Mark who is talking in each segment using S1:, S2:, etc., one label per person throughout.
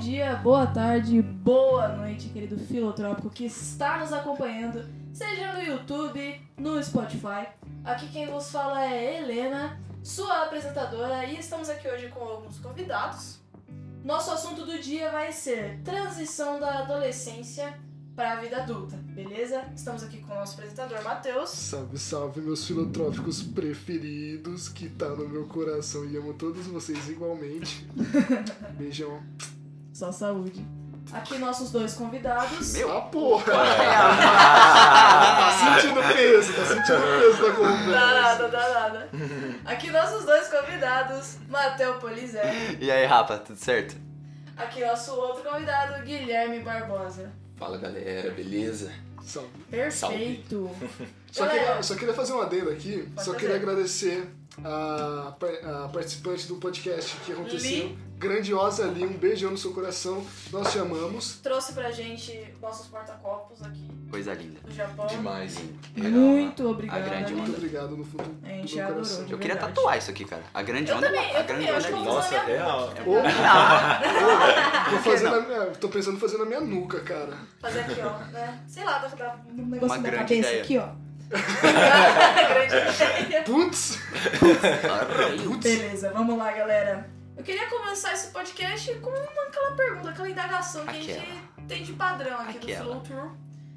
S1: dia, boa tarde, boa noite, querido filotrópico que está nos acompanhando, seja no YouTube, no Spotify. Aqui quem vos fala é Helena, sua apresentadora, e estamos aqui hoje com alguns convidados. Nosso assunto do dia vai ser transição da adolescência para a vida adulta, beleza? Estamos aqui com o nosso apresentador, Matheus.
S2: Salve, salve, meus filotróficos preferidos que tá no meu coração e amo todos vocês igualmente. Beijão.
S1: Só saúde. Aqui nossos dois convidados.
S2: Meu, a Ah, porra! tá sentindo o peso, tá sentindo o peso da
S1: Dá
S2: conversa.
S1: nada, dá nada. Aqui nossos dois convidados, Matheus Polizé.
S3: E aí, rapa, tudo certo?
S1: Aqui nosso outro convidado, Guilherme Barbosa.
S4: Fala galera, beleza?
S2: Salve.
S1: Perfeito.
S2: Só
S1: Galera.
S2: queria, só queria fazer um adendo aqui,
S1: Pode
S2: só queria
S1: fazer.
S2: agradecer a, par- a participante do podcast que aconteceu.
S1: Li.
S2: Grandiosa ali, um beijão no seu coração, nós te amamos.
S1: Trouxe pra gente nossos porta-copos aqui
S3: Coisa linda.
S1: do Japão.
S4: Demais, É, hein?
S1: Muito obrigado.
S3: a grande
S2: Muito
S3: Manda.
S2: obrigado no fundo do
S1: A gente
S2: meu
S1: adorou.
S2: coração.
S3: Eu queria
S1: Verdade.
S3: tatuar isso aqui, cara. A grande
S1: Eu
S3: onda,
S1: também,
S3: a
S1: eu
S3: grande
S1: também, acho
S3: onda
S1: que eu vou
S3: linda.
S1: usar
S4: Nossa,
S1: na minha
S4: real.
S2: Ô,
S3: Por
S2: Tô,
S3: que
S2: fazendo
S3: não?
S2: a minha- tô pensando em fazer na minha nuca, cara.
S1: Fazer aqui, ó. Né? Sei lá, dá pra dar um negócio na
S3: grande
S1: cabeça
S3: ideia.
S1: aqui, ó. grande ideia.
S2: Putz!
S4: É
S3: Caralho.
S2: né?
S1: Beleza, vamos lá, galera. Eu queria começar esse podcast com uma- aquela pergunta, aquela indagação que a gente tem de padrão aqui
S3: Aquela.
S1: do Flow Tour.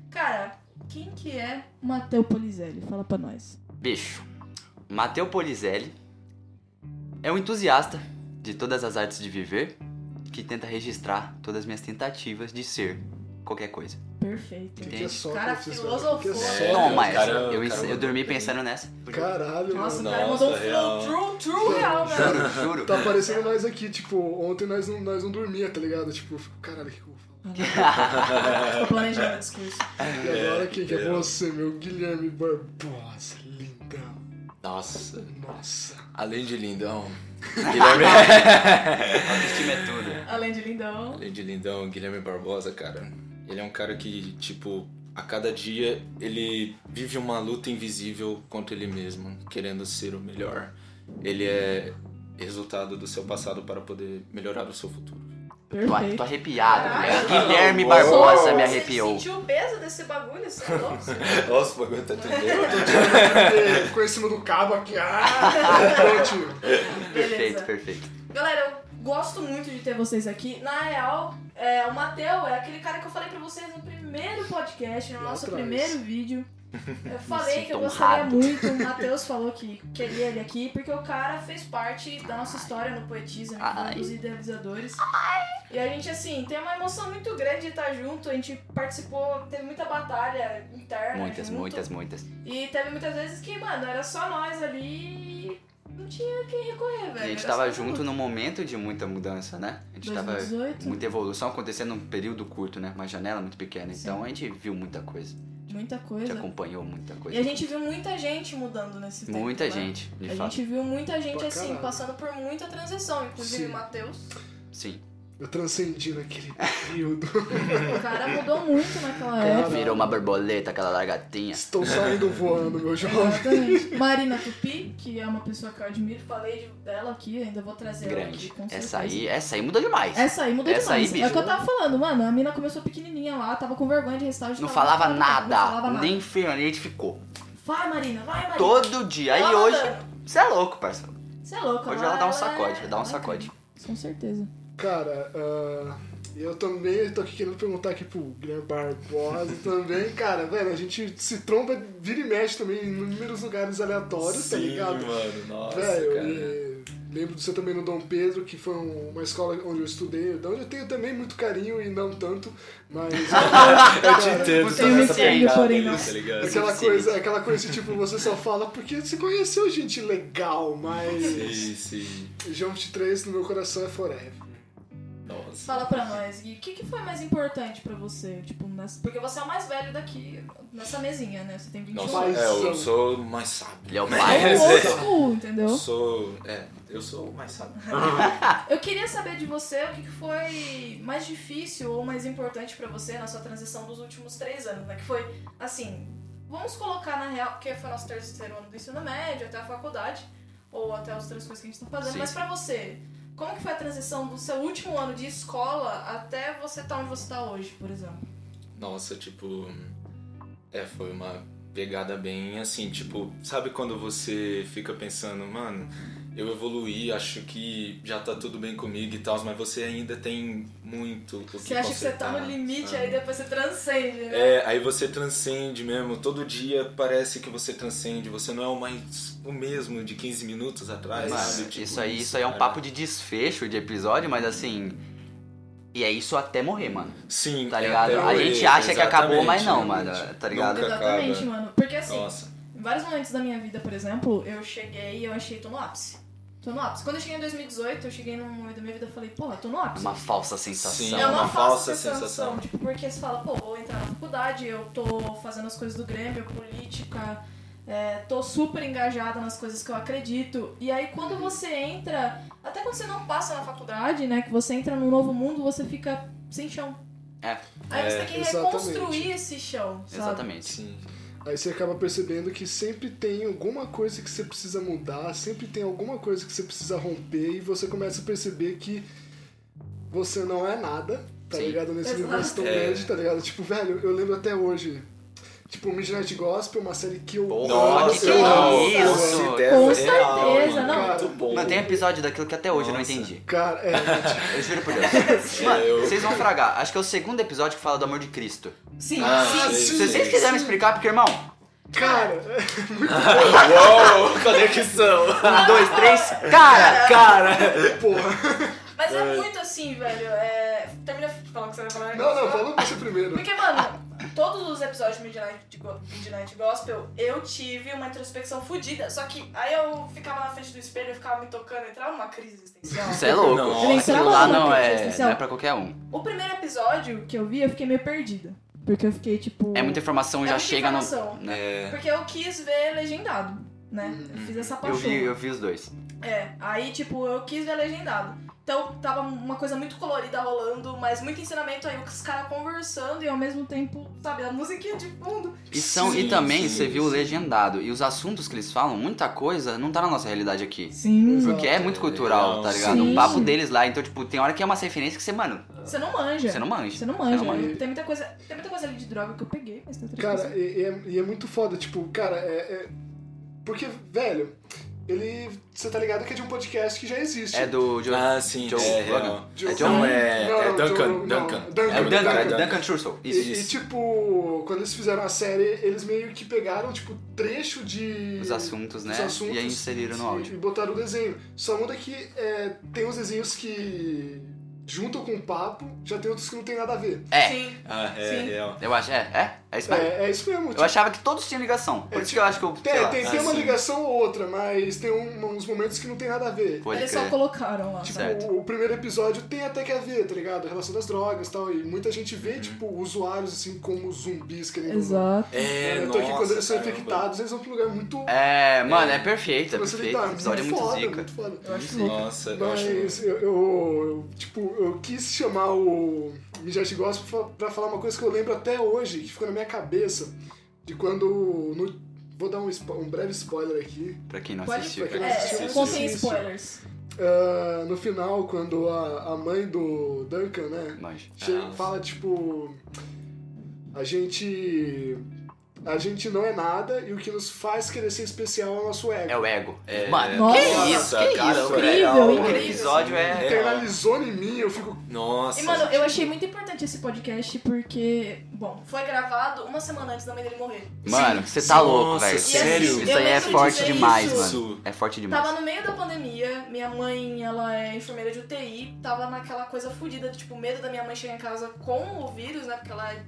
S1: Cara, quem que é Matheus Polizelli? Fala pra nós.
S3: Bicho, Matteo Polizelli é um entusiasta de todas as artes de viver que tenta registrar todas as minhas tentativas de ser qualquer coisa.
S1: Perfeito.
S2: Que que é
S3: Entendi.
S2: só,
S1: Cara,
S2: professor? Que que é
S1: filosofou.
S2: só?
S3: Toma
S4: cara,
S3: essa. eu,
S4: o
S3: eu
S4: cara
S3: dormi
S4: mandou bem.
S3: pensando nessa.
S2: Caralho,
S1: Nossa,
S2: mano.
S1: o cara mandou um
S4: Nossa,
S1: flow true, true real, né? velho.
S3: Juro,
S4: Uhum.
S3: juro.
S2: Tá aparecendo nós aqui, tipo, ontem nós não, nós não dormia, tá ligado? Tipo, eu fico, caralho, o que que eu vou falar?
S1: Tô planejando o discurso.
S2: E agora quem que é
S4: é.
S2: você, meu Guilherme Barbosa, lindão.
S4: Nossa,
S2: Nossa.
S4: além de lindão, Guilherme. é-
S3: Autoestima é tudo.
S1: Além de lindão.
S4: Além de lindão, Guilherme Barbosa, cara. Ele é um cara que, tipo, a cada dia ele vive uma luta invisível contra ele mesmo, querendo ser o melhor. Ele é resultado do seu passado para poder melhorar o seu futuro.
S3: Tô, tô
S1: Perfeito.
S3: arrepiado.
S1: Caralho.
S3: Guilherme
S4: Nossa.
S3: Barbosa me
S1: Você
S3: arrepiou.
S1: sentiu o peso desse bagulho? Você é louco?
S4: Nossa, o bagulho tá entendendo.
S2: Ele Ficou em cima do cabo aqui. Ah, pronto.
S3: Perfeito,
S1: Beleza.
S3: perfeito.
S1: Galera, eu gosto muito de ter vocês aqui. Na real, é, o Matheus é aquele cara que eu falei pra vocês no primeiro podcast, no
S2: Lá
S1: nosso
S2: atrás.
S1: primeiro vídeo. Eu falei
S3: sinto um
S1: que eu gostaria
S3: honrado.
S1: muito, o Matheus falou que queria ele aqui, porque o cara fez parte da nossa história no Poetisa, né, foi um
S3: Ai.
S1: dos idealizadores. E a gente, assim, tem uma emoção muito grande de estar junto, a gente participou, teve muita batalha interna
S3: Muitas,
S1: junto. É,
S3: muitas, muitas.
S1: E teve muitas vezes que, mano, era só nós ali e não tinha quem recorrer, velho.
S3: A gente
S1: Era
S3: tava
S1: só
S3: junto num momento de muita mudança, né? A gente tava
S1: 2018?
S3: muita evolução acontecendo num período curto, né? Uma janela muito pequena. Então a gente viu muita coisa.
S1: Muita
S3: A gente
S1: coisa.
S3: acompanhou muita coisa.
S1: E a gente viu muita gente mudando nesse tempo.
S3: Muita
S1: né?
S3: gente, de
S1: A
S3: fato.
S1: gente viu muita gente
S2: Pra
S1: assim,
S2: caralho.
S1: passando por muita transição, inclusive
S2: Sim.
S1: o Matheus.
S3: Sim.
S2: Eu transcendi naquele período.
S1: O cara mudou muito naquela
S2: Cara,
S1: época.
S3: É, Virou uma borboleta, aquela largatinha.
S2: Estou saindo voando, meu jovem.
S1: Exatamente. Marina Tupi, que é uma pessoa que eu admiro, falei dela aqui, ainda vou trazer ela aqui,
S3: Grande.
S1: com certeza.
S3: Essa aí, essa aí mudou demais.
S1: Essa aí mudou
S3: Essa aí,
S1: demais. é o que
S3: bicho.
S1: eu tava falando, mano. A mina começou pequenininha lá, tava com vergonha de restaurante.
S3: Não
S1: tava
S3: falava
S1: falando,
S3: nada,
S1: Não falava nada.
S3: nem finalmente ficou.
S1: Vai, Marina, vai, Marina.
S3: Todo dia. Aí
S1: Ela
S3: hoje.
S1: mandando.
S3: Você é louco, parceiro.
S1: Você é louca,
S3: Hoje ela dá um
S1: é-
S3: sacode, dá um
S1: ela é
S3: sacode.
S1: incrível. Com certeza.
S2: Cara, ah, eu também tô aqui querendo perguntar aqui pro Guilherme Barbosa também, cara, velho, a gente se tromba, vira e mexe também em inúmeros lugares aleatórios, tá ligado?
S4: mano. Nossa,
S2: Velho,
S4: cara.
S2: e lembro de você também no Dom Pedro, que foi um- uma escola onde eu estudei, da onde eu tenho também muito carinho e não tanto, mas.
S4: Eu te entendo.
S3: Você
S4: tá
S3: me
S4: nessa
S3: entende,
S4: pegada,
S1: porém, não.
S4: Tá ligado?
S2: Aquela
S3: suficiente.
S2: coisa, aquela coisa que, tipo, você só fala porque você conheceu gente legal, mas.
S4: Sim, sim.
S2: Jump 3 no meu coração é forever.
S4: Nossa.
S1: Fala pra nós, Gui, o que, que foi mais importante pra você? Tipo, nessa- porque você é o mais velho daqui, nessa mesinha, né? Você tem 21
S4: Nossa,
S1: anos.
S2: Mas
S4: é, eu
S2: são-
S4: sou o mais sábio.
S3: Ele é o
S1: É
S3: pai.
S1: um old school, entendeu?
S4: Eu sou. É, eu sou o mais sábio.
S1: Eu queria saber de você o que que foi mais difícil ou mais importante pra você na sua transição dos últimos três anos, né? Que foi, assim, vamos colocar na real, porque foi nosso terceiro ano do ensino médio, até a faculdade, ou até as outras coisas que a gente tá fazendo,
S3: Sim.
S1: mas pra você, Como que foi a transição do seu último ano de escola até você estar onde você está hoje, por exemplo?
S4: Nossa, tipo. É, foi uma pegada bem assim, tipo, sabe quando você fica pensando, mano, eu evoluí, acho que já tá tudo bem comigo e tal, mas você ainda tem muito o que
S1: Você acha que você tá no
S4: consertar,
S1: limite,
S4: sabe?
S1: aí depois você transcende, né?
S4: É, aí você transcende mesmo. Todo dia parece que você transcende. Você não é o mais o mesmo de 15 minutos atrás.
S3: Mano,
S4: sabe? Tipo,
S3: isso aí, isso aí é um
S4: cara.
S3: papo de desfecho de episódio, mas assim. E é isso até morrer, mano.
S4: Sim,
S3: Tá
S4: é
S3: ligado?
S4: até
S3: A
S4: hoje,
S3: gente acha que acabou,
S4: exatamente.
S3: mas não, mano. Tá ligado?
S4: Nunca
S1: Exatamente,
S4: acaba.
S1: mano. Porque assim,
S4: Nossa.
S1: Em vários momentos da minha vida, por exemplo, eu cheguei e eu achei tô no ápice. Tô no ápice. Quando eu cheguei em 2018, eu cheguei num momento da minha vida e falei, porra, tô no
S3: É
S1: ápice.
S3: uma falsa sensação.
S4: Sim, é uma falsa sensação.
S1: Tipo, porque você fala, pô, vou entrar na faculdade, eu tô fazendo as coisas do Grêmio, política, é, tô super engajada nas coisas que eu acredito. E aí
S4: Uhum.
S1: quando você entra, até quando você não passa na faculdade, né, que você entra num novo mundo, você fica sem chão.
S3: É.
S1: Aí você
S4: É,
S1: tem que
S2: exatamente.
S1: reconstruir esse chão, sabe?
S3: Exatamente.
S4: Sim.
S2: Aí você acaba percebendo que sempre tem alguma coisa que você precisa mudar, sempre tem alguma coisa que você precisa romper, e você começa a perceber que você não é nada, tá
S3: Sim.
S2: ligado? Nesse
S1: Exato.
S2: universo tão
S4: É.
S2: grande, tá ligado? Tipo, velho, eu lembro até hoje. Tipo, Midnight Gospel, uma série que eu.
S3: Porra,
S2: amo,
S3: que
S2: eu amo,
S3: que
S2: eu
S3: isso?
S2: amo.
S1: Com
S4: real,
S1: certeza,
S4: mano,
S1: não.
S4: Muito bom.
S3: Mano, tem um episódio daquilo que até hoje eu não
S4: Nossa.
S3: entendi.
S2: Cara, é. tipo,
S3: Eu juro por Deus.
S4: É,
S3: Mano,
S4: eu-
S3: vocês vão fragar. Acho que é o segundo episódio que fala do amor de Cristo.
S1: Sim,
S4: Ah,
S1: sim.
S4: sei,
S3: Se
S4: sei.
S3: vocês quiserem me explicar, porque, irmão,
S2: tipo, cara,
S4: Uou, conexão.
S3: um, dois, três, cara, cara.
S2: é, porra.
S1: Mas é muito assim, velho. É... Termina falando que você vai falar. né?
S2: Não, não, fala você primeiro.
S1: Porque, mano, todos os episódios de Midnight, de Go- Midnight Gospel, eu tive uma introspecção fodida. Só que aí eu ficava na frente do espelho, eu ficava me tocando, entrava numa crise existencial.
S3: Isso é louco.
S4: Nossa.
S3: Aquilo lá não
S1: Ele
S3: é,
S1: entrava
S3: não é pra qualquer um.
S1: O primeiro episódio que eu vi, eu fiquei meio perdida. Porque eu fiquei, tipo...
S3: É muita informação,
S1: É
S3: já
S1: muita
S3: chega
S1: informação.
S3: no... né?
S1: Porque eu quis ver legendado, né? Eu fiz essa
S3: Uhum. Eu
S1: paixão.
S3: vi, eu vi os dois.
S1: É, aí, tipo, eu quis ver legendado. Então, tava uma coisa muito colorida rolando, mas muito ensinamento aí, os caras conversando e ao mesmo tempo, sabe, a musiquinha de fundo.
S3: E, são,
S4: Sim,
S3: e também
S4: sim,
S3: você viu o
S4: sim.
S3: legendado. E os assuntos que eles falam, muita coisa não tá na nossa realidade aqui.
S1: Sim.
S2: Exato.
S3: Porque é muito
S4: É,
S3: cultural,
S4: legal.
S3: tá ligado?
S1: Sim.
S3: O papo deles lá, então, tipo, tem hora que é umas referências que você, mano,
S1: Você não manja.
S3: você não manja.
S1: Você não manja.
S3: Você não
S2: manja.
S1: Tem, muita coisa, tem muita coisa ali de droga que eu peguei, mas tem outra
S2: Cara,
S1: coisa.
S2: e, e é, e é muito foda, tipo, cara, é. é- Porque, velho, ele. Você tá ligado que é de um podcast que já existe. um-
S3: É do um- Joe.
S4: Ah, sim,
S3: Joe
S4: é
S3: Rogan.
S4: real.
S2: Joe-
S4: É John, é,
S2: Não,
S4: é Duncan,
S2: Joe- não,
S4: Duncan.
S2: Duncan,
S3: É o Duncan,
S4: verdade,
S3: Duncan, Trussell.
S2: E,
S3: Isso.
S2: e, tipo, quando eles fizeram a série, eles meio que pegaram, tipo, trecho de.
S3: Os assuntos, né?
S2: dos assuntos,
S3: E aí inseriram no
S2: e-
S3: áudio.
S2: E botaram o desenho. Só muda que é, tem uns desenhos que juntam com o papo, já tem outros que não tem nada a ver.
S3: É,
S1: Sim.
S4: Ah, é
S1: Sim.
S4: real.
S3: eu acho, é, é, é isso mesmo.
S2: É, é isso mesmo.
S3: Eu
S2: tipo,
S3: achava que todos tinham ligação. Por
S2: É,
S3: isso que eu acho que eu. sei
S2: tem
S3: lá, é assim.
S2: tem,
S4: ah,
S2: tem uma
S4: sim.
S2: ligação ou outra, mas tem um- uns momentos que não tem nada a ver.
S3: pode
S1: Eles só
S3: crer.
S1: colocaram lá.
S3: Tipo,
S1: sabe?
S3: Certo.
S2: O, o primeiro episódio tem até que a ver, tá ligado? A relação das drogas e tal. E muita gente vê, tipo, usuários assim como zumbis querendo.
S1: Exato.
S4: É,
S2: eu tô
S4: nossa,
S2: aqui quando eles são
S4: caramba.
S2: infectados, eles vão pra um lugar muito.
S3: É, mano, é perfeito, é
S2: pra se
S3: perfeito. O episódio é muito
S2: foda,
S3: zica.
S2: Tipo, tá muito foda.
S1: Eu acho louco.
S4: Nossa, eu acho
S2: Mas eu, eu- eu, tipo, eu quis chamar o Mijate Gospel pra- pra falar uma coisa que eu lembro até hoje, que ficou na minha cabeça, de quando. no- vou dar um, spo- um breve spoiler aqui.
S3: Pra quem não
S1: Pode-
S3: assistiu.
S2: pra quem-
S1: É,
S4: Sim,
S1: contém
S2: sim, sim.
S1: spoilers.
S2: Ah, no final, quando a, a mãe do Duncan, né?
S3: Manja.
S2: Chega,
S4: Ah,
S2: fala tipo. A gente. A gente não é nada e o que nos faz querer ser especial é o nosso ego.
S3: É o ego.
S4: É,
S3: Mano,
S1: Nossa,
S3: que isso, que
S4: cara, é
S3: isso,
S4: foi
S1: incrível,
S4: real.
S1: incrível.
S3: Aquele episódio é.
S2: Internalizou em mim, eu fico.
S4: Nossa.
S1: E, mano, eu achei muito importante esse podcast porque, bom, foi gravado uma semana antes da mãe dele morrer.
S3: Mano,
S4: Sim.
S3: você tá louco,
S4: Nossa,
S3: velho.
S4: sério?
S3: Isso,
S1: Eu
S3: aí é
S1: lembro de
S3: forte
S1: ver
S3: demais,
S1: isso.
S3: mano. É forte demais.
S1: Tava no meio da pandemia, minha mãe, ela é enfermeira de UTI, tava naquela coisa fodida, de, tipo, medo da minha mãe chegar em casa com o vírus, né, porque ela... é-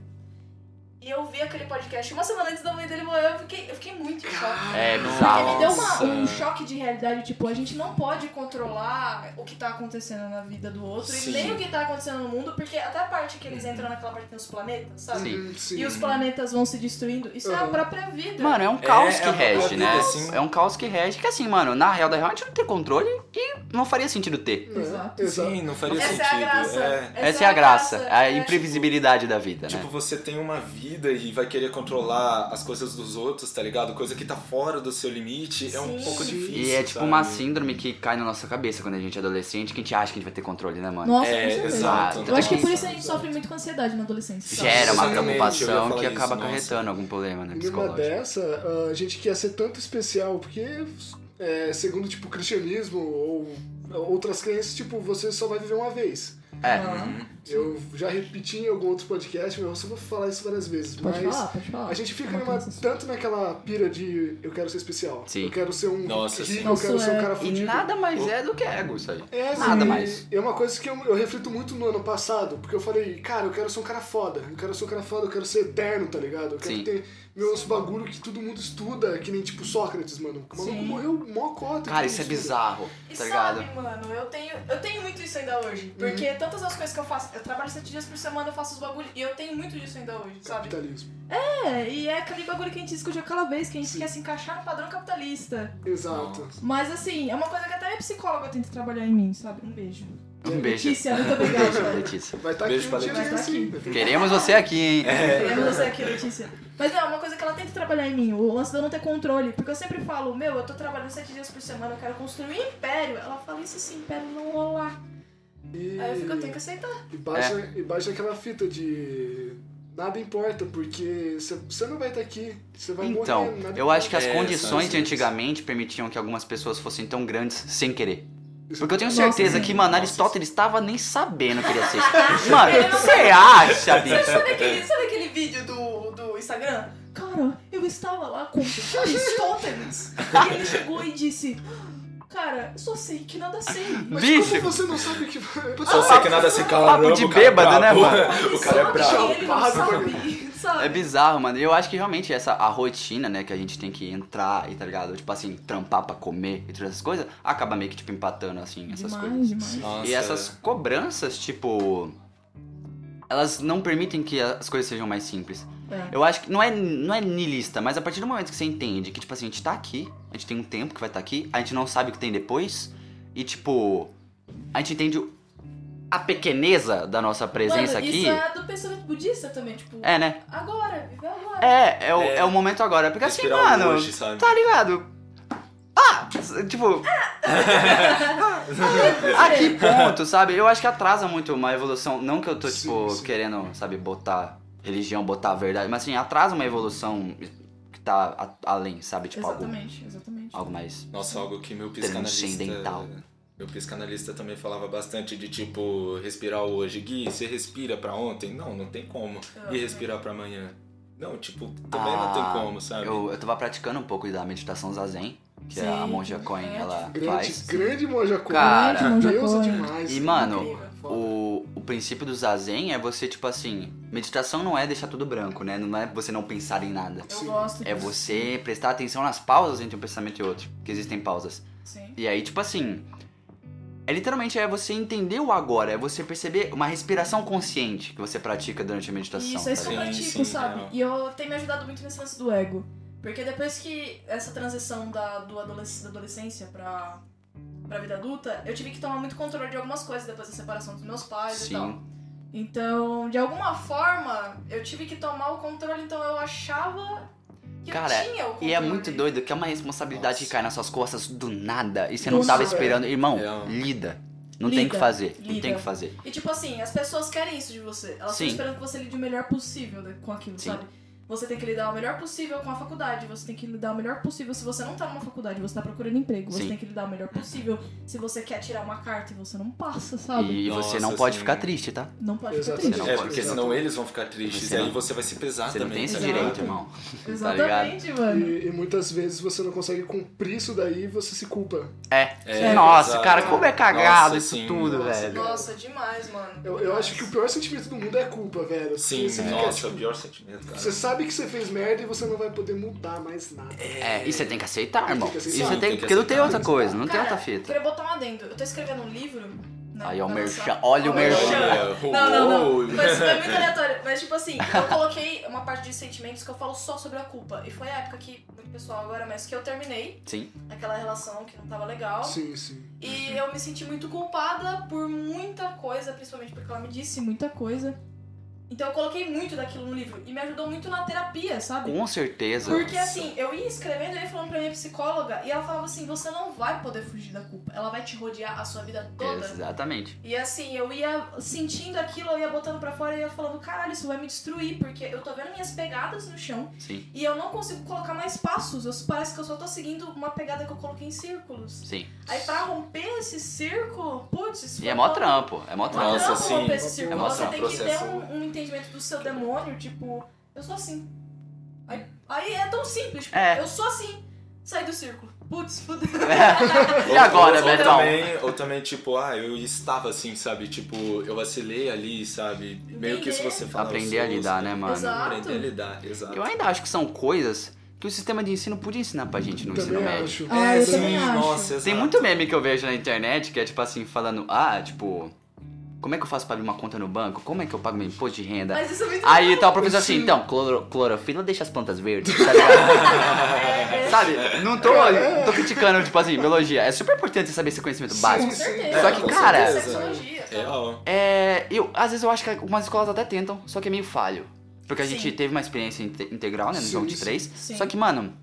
S1: E eu vi aquele podcast uma semana antes da mãe dele morrer, eu fiquei, eu fiquei muito em choque.
S3: É
S1: Porque
S3: bizarro.
S1: me deu uma-
S4: Nossa.
S1: um choque de realidade, tipo, a gente não pode controlar o que tá acontecendo na vida do outro
S4: Sim.
S1: e nem o que tá acontecendo no mundo, porque até a parte que eles entram naquela parte dos planetas, sabe?
S3: Sim.
S2: Hum, sim.
S1: e os planetas vão se destruindo. Isso é a
S2: Uhum.
S1: própria vida.
S3: Mano, é um caos
S4: é
S3: que
S4: uma
S3: rege,
S4: coisa
S3: né?
S4: assim.
S3: É um caos que rege. Que assim, mano, na real da real a gente não tem controle e não faria sentido ter.
S2: Né?
S1: Exato.
S2: Exato.
S4: Sim, não faria
S1: Essa é
S4: sentido.
S1: a né? Tipo, graça.
S4: É.
S3: Essa, é a graça, a imprevisibilidade da vida,
S4: Tipo,
S3: né?
S4: você tem uma vida e vai querer controlar as coisas dos outros, tá ligado? Coisa que tá fora do seu limite é um
S1: Sim.
S4: pouco
S2: Sim.
S4: difícil.
S3: E é tipo
S4: sabe?
S3: uma síndrome que cai na nossa cabeça quando a gente é adolescente, que a gente acha que a gente vai ter controle, né, mano?
S1: Nossa,
S4: É,
S1: com certeza.
S4: exato.
S1: Eu acho que é por isso
S4: Exato,
S1: que a gente
S4: exato.
S1: sofre muito com ansiedade na adolescência. sabe?
S3: Gera uma
S4: Exatamente, eu ia
S3: preocupação
S4: falar
S3: que
S4: isso,
S3: acaba
S4: nossa.
S3: acarretando algum problema, né?
S2: E uma
S3: Psicológico.
S2: dessa, ah, a gente quer ser tanto especial, porque é, segundo tipo o cristianismo ou outras crenças, tipo, você só vai viver uma vez.
S3: É.
S1: Ah,
S2: Eu já repeti em algum outro podcast, mas eu só vou falar isso várias vezes.
S1: Pode
S2: mas
S1: falar, pode
S3: Ah,
S1: falar.
S2: a gente fica
S1: Uma
S2: numa-
S1: coisa assim.
S2: tanto naquela pira de eu quero ser especial.
S3: Sim.
S2: Eu quero ser um
S4: Nossa, sim.
S2: rico, eu quero
S1: Nossa,
S2: ser um
S1: é.
S2: cara
S3: E
S2: fudido.
S3: nada mais é do que ego isso aí.
S2: É, assim,
S3: Nada mais.
S2: É uma coisa que eu, eu reflito muito no ano passado, porque eu falei, cara, eu quero ser um cara foda, eu quero ser um cara foda, eu quero ser eterno, tá ligado? Eu quero
S3: Sim.
S2: ter meus bagulho que todo mundo estuda, que nem tipo Sócrates, mano. O maluco
S1: Sim.
S2: morreu mó cota. que
S3: Cara,
S2: todo
S3: isso é
S2: mundo estuda.
S3: bizarro,
S1: E
S3: tá
S1: sabe,
S3: ligado? Uhum.
S1: mano, eu tenho, eu tenho muito isso ainda hoje. Porque tantas as coisas que eu faço, eu trabalho sete dias por semana, eu faço os bagulhos, e eu tenho muito disso ainda hoje, sabe?
S2: Capitalismo.
S1: É, e é aquele bagulho que a gente discutiu aquela vez, que a gente
S2: Sim.
S1: quer se encaixar no padrão capitalista.
S2: Exato.
S1: Mas assim, é uma coisa que até minha psicóloga tenta trabalhar em mim, sabe? Um beijo.
S3: Um beijo.
S1: Letícia, muito
S3: Um beijo,
S1: obrigada.
S3: Letícia.
S2: Vai estar tá
S4: Beijo
S2: aqui
S4: pra
S2: um dia
S1: Letícia.
S2: desse,
S1: Vai tá
S2: sim.
S3: Queremos você aqui, hein?
S1: Eu não sei aqui, Letícia. Mas não, é uma coisa que ela tenta trabalhar em mim, o lance de eu não ter controle. Porque eu sempre falo, meu, eu tô trabalhando sete dias por semana, eu quero construir um império. Ela fala, e se esse império não rolar?
S2: E,
S1: Aí eu fico, eu tenho que aceitar.
S2: e, baixa,
S3: É.
S2: e baixa aquela fita de. Nada importa, porque você não vai estar aqui, você vai
S3: Então,
S2: morrer. nada
S3: eu acho que as
S4: É, são
S3: condições
S4: as
S3: de
S4: leis.
S3: antigamente permitiam que algumas pessoas fossem tão grandes sem querer.
S2: Isso-
S3: Porque eu tenho
S1: Nossa,
S3: certeza
S1: sim.
S3: que, mano, Aristóteles estava nem sabendo que ele ia ser. isso. Mano, você acha, bicho?
S1: Sabe aquele, sabe aquele vídeo do, do Instagram? Cara, eu estava lá com Aristóteles. e ele chegou e disse, cara, eu só sei que nada sei.
S2: Mas
S3: Bicho.
S2: como você não sabe o que vai.
S4: Só sei que nada assim, se cala
S3: Ah, Papo de bêbado, né,
S4: é O cara é
S1: Sabe
S4: brabo.
S1: que Ele não sabe,
S3: É
S1: sabe?
S3: bizarro, mano. Eu acho que realmente essa a rotina, né, que a gente tem que entrar e tá ligado? Tipo assim, trampar pra comer e todas essas coisas, acaba meio que tipo empatando assim essas coisas.
S1: demais.
S4: Nossa, é.
S3: E essas cobranças, tipo, elas não permitem que as coisas sejam mais simples.
S1: É.
S3: Eu acho que não é não é nilista, mas a partir do momento que você entende que tipo assim, a gente tá aqui, a gente tem um tempo que vai estar aqui, a gente não sabe o que tem depois e tipo, a gente entende a pequeneza da nossa presença
S1: Mano,
S3: aqui.
S1: Isso é do pensamento budista também, tipo,
S3: é, né?
S1: agora, vive agora.
S3: É, é o,
S4: É.
S3: é o momento agora. Porque assim,
S4: respirar o
S3: mano,
S4: hoje, sabe?
S3: tá ligado? Ah! s- Tipo, a que ponto, sabe? Eu acho que atrasa muito uma evolução. Não que eu tô,
S2: Sim,
S3: tipo,
S2: sim.
S3: querendo, sabe, botar religião, botar a verdade. Mas assim, atrasa uma evolução que tá a- além, sabe? Tipo, algo,
S1: exatamente, exatamente.
S3: algo mais.
S4: Nossa, algo que meu psicanalista.
S3: Transcendental.
S4: Meu psicanalista também falava bastante de tipo, respirar o hoje. Gui, você respira pra ontem? Não, não tem como.
S1: É.
S4: E respirar pra amanhã? Não, tipo, também não
S3: Ah,
S4: tem como, sabe?
S3: Eu, eu tava praticando um pouco da meditação zazen, que
S1: Sim,
S3: a monja Coin
S1: é,
S3: ela
S2: Grande,
S3: faz.
S2: grande Monja Coen.
S3: Cara,
S1: Grande Monja
S2: deusa
S1: Coen.
S2: é demais. é
S3: E, mano,
S2: Foda.
S3: o, o princípio do zazen é você, tipo assim, meditação não é deixar tudo branco, né? Não é você não pensar em nada.
S1: Eu
S2: Sim.
S1: gosto
S3: É
S1: disso.
S3: você prestar atenção nas pausas entre um pensamento e outro, que existem pausas.
S1: Sim.
S3: E aí, tipo assim, é literalmente é você entender o agora, é você perceber uma respiração consciente que você pratica durante a meditação.
S1: Isso, é isso
S3: tá
S1: que eu
S3: ligado?
S4: ligado?
S1: pratico,
S4: Sim, sim,
S1: sabe?
S4: real.
S1: E eu tem me ajudado muito nesse lance do ego. Porque depois que essa transição da, do adolesc- da adolescência pra, pra vida adulta, eu tive que tomar muito controle de algumas coisas depois da separação dos meus pais e tal.
S3: Sim.
S1: Então, de alguma forma, eu tive que tomar o controle, então eu achava que
S3: Cara,
S1: eu tinha o controle.
S3: E é muito doido que é uma responsabilidade que
S4: Nossa.
S3: cai nas suas costas do nada e você
S2: Do
S3: não tava
S2: nada.
S3: esperando. Irmão,
S4: É.
S3: lida. Não tem
S1: Lida,
S3: o que fazer. Não
S1: lida.
S3: tem o que fazer.
S1: E tipo assim, as pessoas querem isso de você. Elas estão
S3: Sim.
S1: esperando que você lide o melhor possível né, com aquilo,
S3: Sim.
S1: sabe? Você tem que lidar o melhor possível com a faculdade, você tem que lidar o melhor possível se você não tá numa faculdade, você tá procurando emprego, você
S3: Sim.
S1: tem que lidar o melhor possível se você quer tirar uma carta e você não passa, sabe?
S3: E você não
S4: Nossa,
S3: pode
S4: sim.
S3: ficar triste, tá?
S1: Não pode ficar
S2: Exatamente.
S1: triste.
S3: Não
S4: é,
S3: pode.
S4: porque senão eles vão ficar tristes.
S3: Você
S4: E
S3: não-
S4: aí você vai se pesar
S3: Você não
S4: Ah, também.
S3: tem esse
S4: sabe?
S3: direito, irmão.
S1: Exatamente, mano.
S2: E, e muitas vezes você não consegue cumprir isso daí e você se culpa.
S3: É.
S4: É,
S3: Nossa,
S4: exato.
S3: cara, como é cagado
S4: Nossa,
S3: isso
S4: sim,
S3: tudo,
S4: nossa.
S3: velho.
S1: Nossa, demais, mano.
S2: Eu, eu acho que o pior sentimento do mundo é a culpa, velho. Porque
S4: Sim,
S2: você fica,
S4: nossa, É,
S2: tipo,
S4: pior sentimento, cara.
S2: Você sabe que você fez merda e você não vai poder mudar mais nada.
S3: É, e você tem que aceitar,
S2: Tem
S3: irmão.
S2: que
S3: E
S2: aceitar.
S3: você
S4: Tem
S3: tem,
S4: que
S3: porque não tem
S4: aceitar.
S3: outra coisa, não tem
S1: Cara,
S3: outra
S1: Eu
S3: fita.
S1: queria botar um adendo. Eu tô escrevendo um livro. né,
S3: Aí, ó, o
S1: na
S3: merchan.
S1: nossa-
S3: Olha o
S4: é,
S3: merchan.
S4: Olha,
S1: Não, não,
S4: uou.
S1: não. Foi, foi muito aleatório. Mas, tipo assim, eu coloquei uma parte de sentimentos que eu falo só sobre a culpa. E foi a época que, muito pessoal agora, mas que eu terminei
S3: Sim.
S1: aquela relação que não tava legal.
S2: Sim, sim.
S1: E eu me senti muito culpada por muita coisa, principalmente porque ela me disse muita coisa. Então eu coloquei muito daquilo no livro. E me ajudou muito na terapia, sabe?
S3: Com certeza.
S1: Porque assim, eu ia escrevendo e ia falando pra minha psicóloga e ela falava assim: você não vai poder fugir da culpa. Ela vai te rodear a sua vida toda.
S3: Exatamente.
S1: E assim, eu ia sentindo aquilo, eu ia botando pra fora e ia falando: caralho, isso vai me destruir, porque eu tô vendo minhas pegadas no chão
S3: Sim,
S1: e eu não consigo colocar mais passos. Eu, parece que eu só tô seguindo uma pegada que eu coloquei em círculos.
S3: sim.
S1: Aí pra romper esse círculo, putz, isso
S3: E
S1: foi
S3: é mó
S1: uma-
S3: trampo, é mó trampo.
S4: Nossa,
S1: não,
S4: sim.
S1: romper esse círculo.
S3: É mó
S1: você
S3: trampo.
S1: tem que ter
S4: Processo.
S1: um, um entendimento do seu demônio, tipo, eu sou assim. Aí, aí é tão simples, tipo,
S3: É.
S1: eu sou assim. Sai do círculo. Putz, fudeu.
S3: E agora,
S4: ou, ou,
S3: Betão?
S4: também, ou também, tipo, ah, eu estava assim, sabe? Tipo, eu vacilei ali, sabe? Meio que se você fala.
S3: Aprender
S4: eu
S3: a
S4: sou-
S3: lidar, né, mano?
S1: Exato.
S4: Aprender a lidar, exato.
S3: Eu ainda acho que são coisas que o sistema de ensino podia ensinar pra gente no ensino
S2: Também
S3: médio.
S2: acho.
S1: Ah, eu
S4: É, sim,
S1: também acho.
S4: nossa, exato.
S3: Tem muito meme que eu vejo na internet que é tipo assim, falando, ah, tipo, como é que eu faço pra abrir uma conta no banco? Como é que eu pago meu imposto de renda?
S1: Mas isso é muito
S3: Aí tá o professor assim,
S2: Sim.
S3: então, cloro, clorofila deixa as plantas verdes, tá ligado?
S1: É, é,
S3: Sabe? Não tô, não tô criticando, tipo assim, biologia. É super importante você saber esse conhecimento
S1: com
S3: básico.
S1: certeza.
S3: Só que,
S1: Com
S3: cara-
S1: certeza,
S4: é,
S1: Sexologia, tá?
S4: Real.
S3: É, eu, às vezes eu acho que algumas escolas até tentam, só que é meio falho. Porque a
S1: Sim.
S3: gente teve uma experiência inte- integral, né, no
S2: Sim,
S3: jogo de
S2: sim.
S3: três.
S1: Sim.
S3: Só que, mano,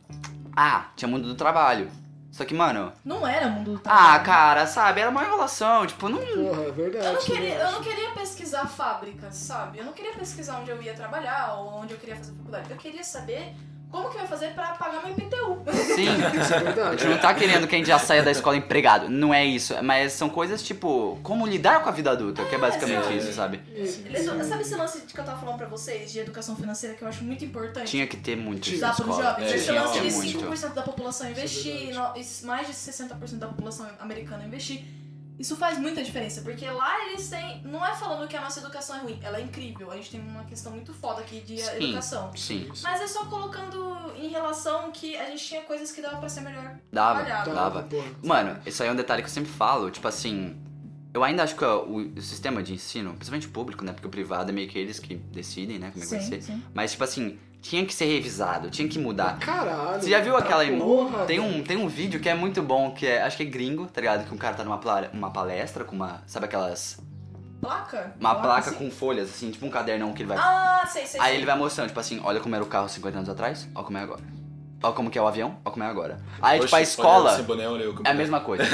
S3: ah, tinha mundo do trabalho. Só que, mano,
S1: Não era mundo do
S3: ah,
S1: trabalho.
S3: cara, sabe, era uma enrolação, tipo, não.
S2: Porra, é verdade.
S1: Eu não, queria,
S2: né?
S1: eu não queria pesquisar fábricas, sabe? Eu não queria pesquisar onde eu ia trabalhar ou onde eu queria fazer faculdade. Eu queria saber como que eu ia fazer pra pagar meu IPTU.
S3: Sim.
S2: Isso é
S3: A
S2: verdade.
S3: gente não tá querendo que a gente já saia da escola empregado. Não é isso. Mas são coisas tipo, como lidar com a vida adulta, que é basicamente
S1: sabe?
S3: isso, sabe?
S1: Eles- Sabe é esse lance de que eu tava falando pra vocês de educação financeira que eu acho muito importante?
S3: Tinha que ter muito isso
S2: Tinha.
S3: na
S1: Usar para os
S3: escola.
S1: jovens.
S4: É,
S1: Esse
S4: tinha
S1: lance de
S3: muito.
S1: 5% da população
S2: Isso é
S1: investir,
S2: verdade.
S1: no- isso- mais de 60% da população americana investir. Isso faz muita diferença, porque lá eles têm. Não é falando que a nossa educação é ruim, ela é incrível. A gente tem uma questão muito foda aqui de
S3: Sim.
S1: educação.
S3: Sim,
S1: Mas é só colocando em relação que a gente tinha coisas que dava pra ser melhor
S3: dava,
S2: Tá,
S1: trabalhado.
S3: dava.
S2: porra.
S3: Mano, isso aí é um detalhe que eu sempre falo, tipo assim. Eu ainda acho que ó, o, o sistema de ensino, principalmente público, né? Porque o privado é meio que eles que decidem, né? Como é que vai ser.
S1: sim.
S3: Mas, tipo assim, tinha que ser revisado, tinha que mudar.
S2: Caralho. tá
S3: Você já viu aquela im-
S2: porra,
S3: Tem um, tem um vídeo que é muito bom, que é, acho que é gringo, tá ligado? Que um cara tá numa pla- uma palestra com uma, sabe aquelas
S1: Placa?
S3: Uma placa
S1: assim?
S3: com folhas, assim, tipo um cadernão que ele vai.
S1: Ah, sei, sei.
S3: aí
S1: sei.
S3: ele vai mostrando, tipo assim, olha como era o carro 50 anos atrás, olha como é agora. Olha como que é o avião, olha como é agora. Aí, tipo, a
S4: Oxe, olha esse
S3: escola
S4: boné, olha eu como-
S3: é a mesma coisa.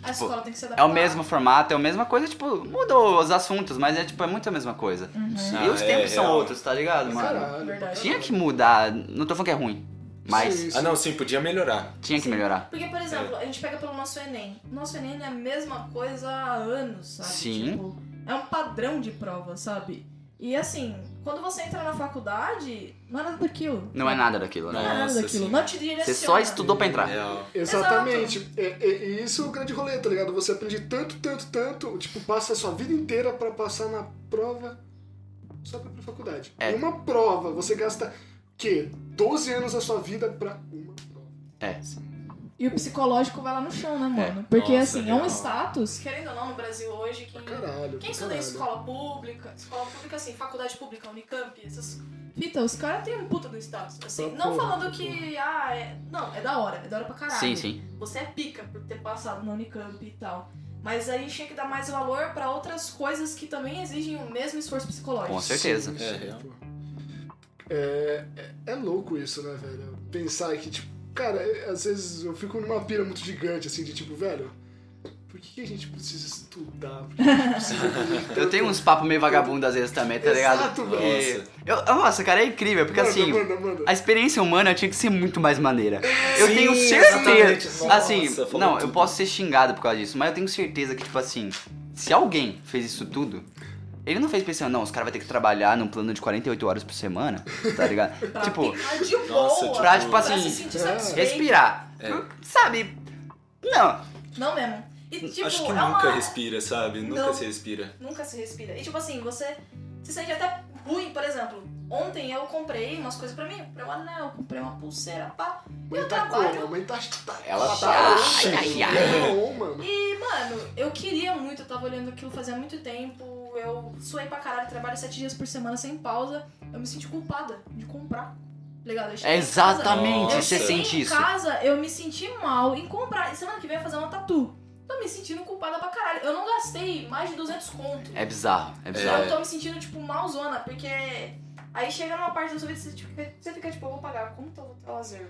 S1: A escola tem que ser
S3: É o mesmo formato, é a mesma coisa, tipo, mudou os assuntos, mas é tipo, é muito a mesma coisa.
S2: Uhum.
S4: Ah,
S3: e os
S4: é,
S3: tempos são
S4: real.
S3: outros, tá ligado, mano?
S2: Caralho.
S1: Verdade.
S3: Tinha que mudar, não tô falando que é ruim, mas
S2: Sim, sim.
S4: Ah, não, sim, podia melhorar.
S3: tinha que melhorar.
S1: Porque, por exemplo, a gente pega pelo nosso Enem. Nosso Enem é a mesma coisa há anos, sabe?
S3: Sim.
S1: Tipo, é um padrão de prova, sabe? E assim, quando você entra na faculdade, não é nada daquilo.
S3: Não é nada daquilo,
S1: Não é
S3: né?
S1: nada
S4: Nossa,
S1: daquilo.
S4: sim.
S1: Não te direciona.
S3: Você só estudou pra entrar.
S4: Real.
S2: Exatamente. E é, é- e isso é o grande rolê, tá ligado? Você aprende tanto, tanto, tanto, tipo, passa a sua vida inteira pra passar na prova só pra ir pra faculdade.
S3: É.
S2: Em Uma prova, você gasta o quê? 12 anos da sua vida pra uma prova.
S3: É.
S1: E o psicológico vai lá no chão, né, mano?
S3: É.
S1: Porque
S4: Nossa,
S1: assim, é um
S4: real.
S1: status. Querendo ou não, no Brasil hoje, quem,
S2: Pra caralho.
S1: quem
S2: pra
S1: estuda em
S2: caralho.
S1: escola pública, escola pública assim, faculdade pública, Unicamp, essas. Fita, os caras têm um puta do status. Assim,
S2: Pra
S1: não
S2: porra,
S1: falando
S2: pra
S1: que. Ah, é. Não, é da hora. É da hora pra caralho.
S3: Sim, sim.
S1: você é pica por ter passado na Unicamp e tal. Mas a gente tinha que dar mais valor pra outras coisas que também exigem o mesmo esforço psicológico.
S3: Com certeza.
S2: Sim,
S4: É,
S2: sim,
S4: real.
S2: pô. É, é, é louco isso, né, velho? Pensar que, tipo, cara, é- às vezes eu fico numa pira muito gigante, assim, de tipo, velho, por que, que a gente precisa estudar? Por que que a gente precisa fazer
S3: Eu
S2: tanto?
S3: tenho um uns papos meio vagabundo às vezes também, tá ligado?
S2: Exato,
S3: Que-
S4: velho.
S3: Eu, nossa, cara, é incrível, porque
S2: Manda,
S3: assim,
S2: manda, manda.
S3: a experiência humana tinha que ser muito mais maneira. Eu
S4: Sim,
S3: tenho
S4: exatamente.
S3: certeza.
S4: Nossa,
S3: assim,
S4: falou
S3: não, eu
S4: tudo.
S3: posso ser xingado por causa disso, mas eu tenho certeza que, tipo assim, se alguém fez isso tudo. Ele não fez pensando, não, os caras vão ter que trabalhar num plano de 48 horas por semana, tá ligado?
S1: Pra
S3: tipo,
S1: ficar de boa.
S4: Nossa, tipo-
S3: pra, tipo
S1: pra
S3: assim,
S1: se sentir
S2: é.
S1: satisfeito.
S3: respirar.
S4: É.
S3: Sabe? Não, é
S1: Não mesmo. E, tipo,
S4: Acho que
S1: é
S4: nunca
S1: uma...
S4: respira, sabe? Nunca
S1: Não.
S4: se respira.
S1: Nunca se respira. E tipo assim, você se sente até ruim, por exemplo. Ontem eu comprei umas coisas pra mim, comprei um anel, comprei uma pulseira, pá.
S2: Mãe
S1: eu
S2: tá
S1: trabalho-
S2: como? Mãe tá. tá
S3: Ela
S2: ela
S3: tá-
S2: ontem,
S3: Ai, ai, ai.
S2: ela tá on, mano.
S1: E, mano, eu queria muito, eu tava olhando aquilo fazia muito tempo. Eu suei pra caralho, trabalho sete dias por semana sem pausa. Eu me senti culpada de comprar. tá Ligado? Eu cheguei em casa-
S3: exatamente,
S4: Nossa.
S3: você
S1: eu cheguei
S3: sente
S1: em
S3: isso.
S1: casa, eu me senti mal em comprar. E semana que vem eu vou fazer uma tatu. tô me sentindo culpada pra caralho. Eu não gastei mais de 200 conto.
S3: É bizarro, é
S1: Só
S3: bizarro.
S1: que eu tô me sentindo, tipo, malzona, porque aí chega numa parte da sua vida e você, tipo, você fica, tipo, eu vou pagar, como que eu vou ter lazer?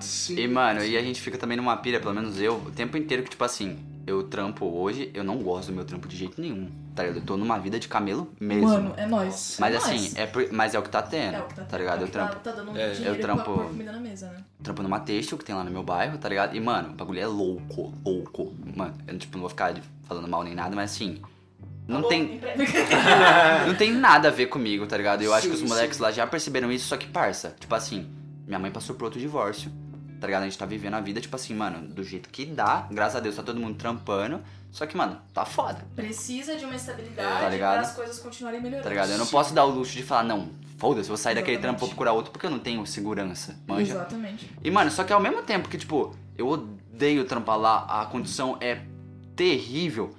S2: Sim.
S3: E, mano, e a gente fica também numa pilha, pelo menos eu, o tempo inteiro que, tipo assim, eu trampo hoje, eu não gosto do meu trampo de jeito nenhum. Tá ligado? Eu tô numa vida de camelo mesmo.
S1: Mano, é nóis.
S3: mas
S1: é
S3: assim,
S1: nóis.
S3: é por- mas é o que tá tendo,
S1: É o que tá,
S3: tá ligado?
S1: é o
S3: Eu
S1: que tá-
S3: trampo,
S1: Tá dando
S4: É, eu
S1: dinheiro pra
S3: trampo-
S1: pôr comida na mesa, né?
S3: trampo numa textil que tem lá no meu bairro, tá ligado? E, mano, o bagulho é louco, louco. Mano, eu, tipo, não vou ficar falando mal nem nada, mas assim, não
S1: Alô,
S3: tem,
S1: empre-
S3: não tem nada a ver comigo, tá ligado? Eu acho que os
S2: Tá Sim,
S3: moleques
S2: sim.
S3: lá já perceberam isso, só que, parça, tipo assim, minha mãe passou por outro divórcio, tá ligado? A gente tá vivendo a vida, tipo assim, mano, do jeito que dá, graças a Deus tá todo mundo trampando, só que, mano, tá foda,
S1: Precisa de uma
S3: Tá
S1: estabilidade
S3: ligado?
S1: pra as coisas continuarem melhorando.
S3: tá ligado? Eu não
S2: Sim.
S3: posso dar o luxo de falar, não, foda-se, vou sair daquele
S1: Exatamente.
S3: trampo, vou procurar outro, porque eu não tenho segurança, manja.
S1: Exatamente.
S3: E, mano, só que ao mesmo tempo que, tipo, eu odeio trampar lá, a condição é terrível,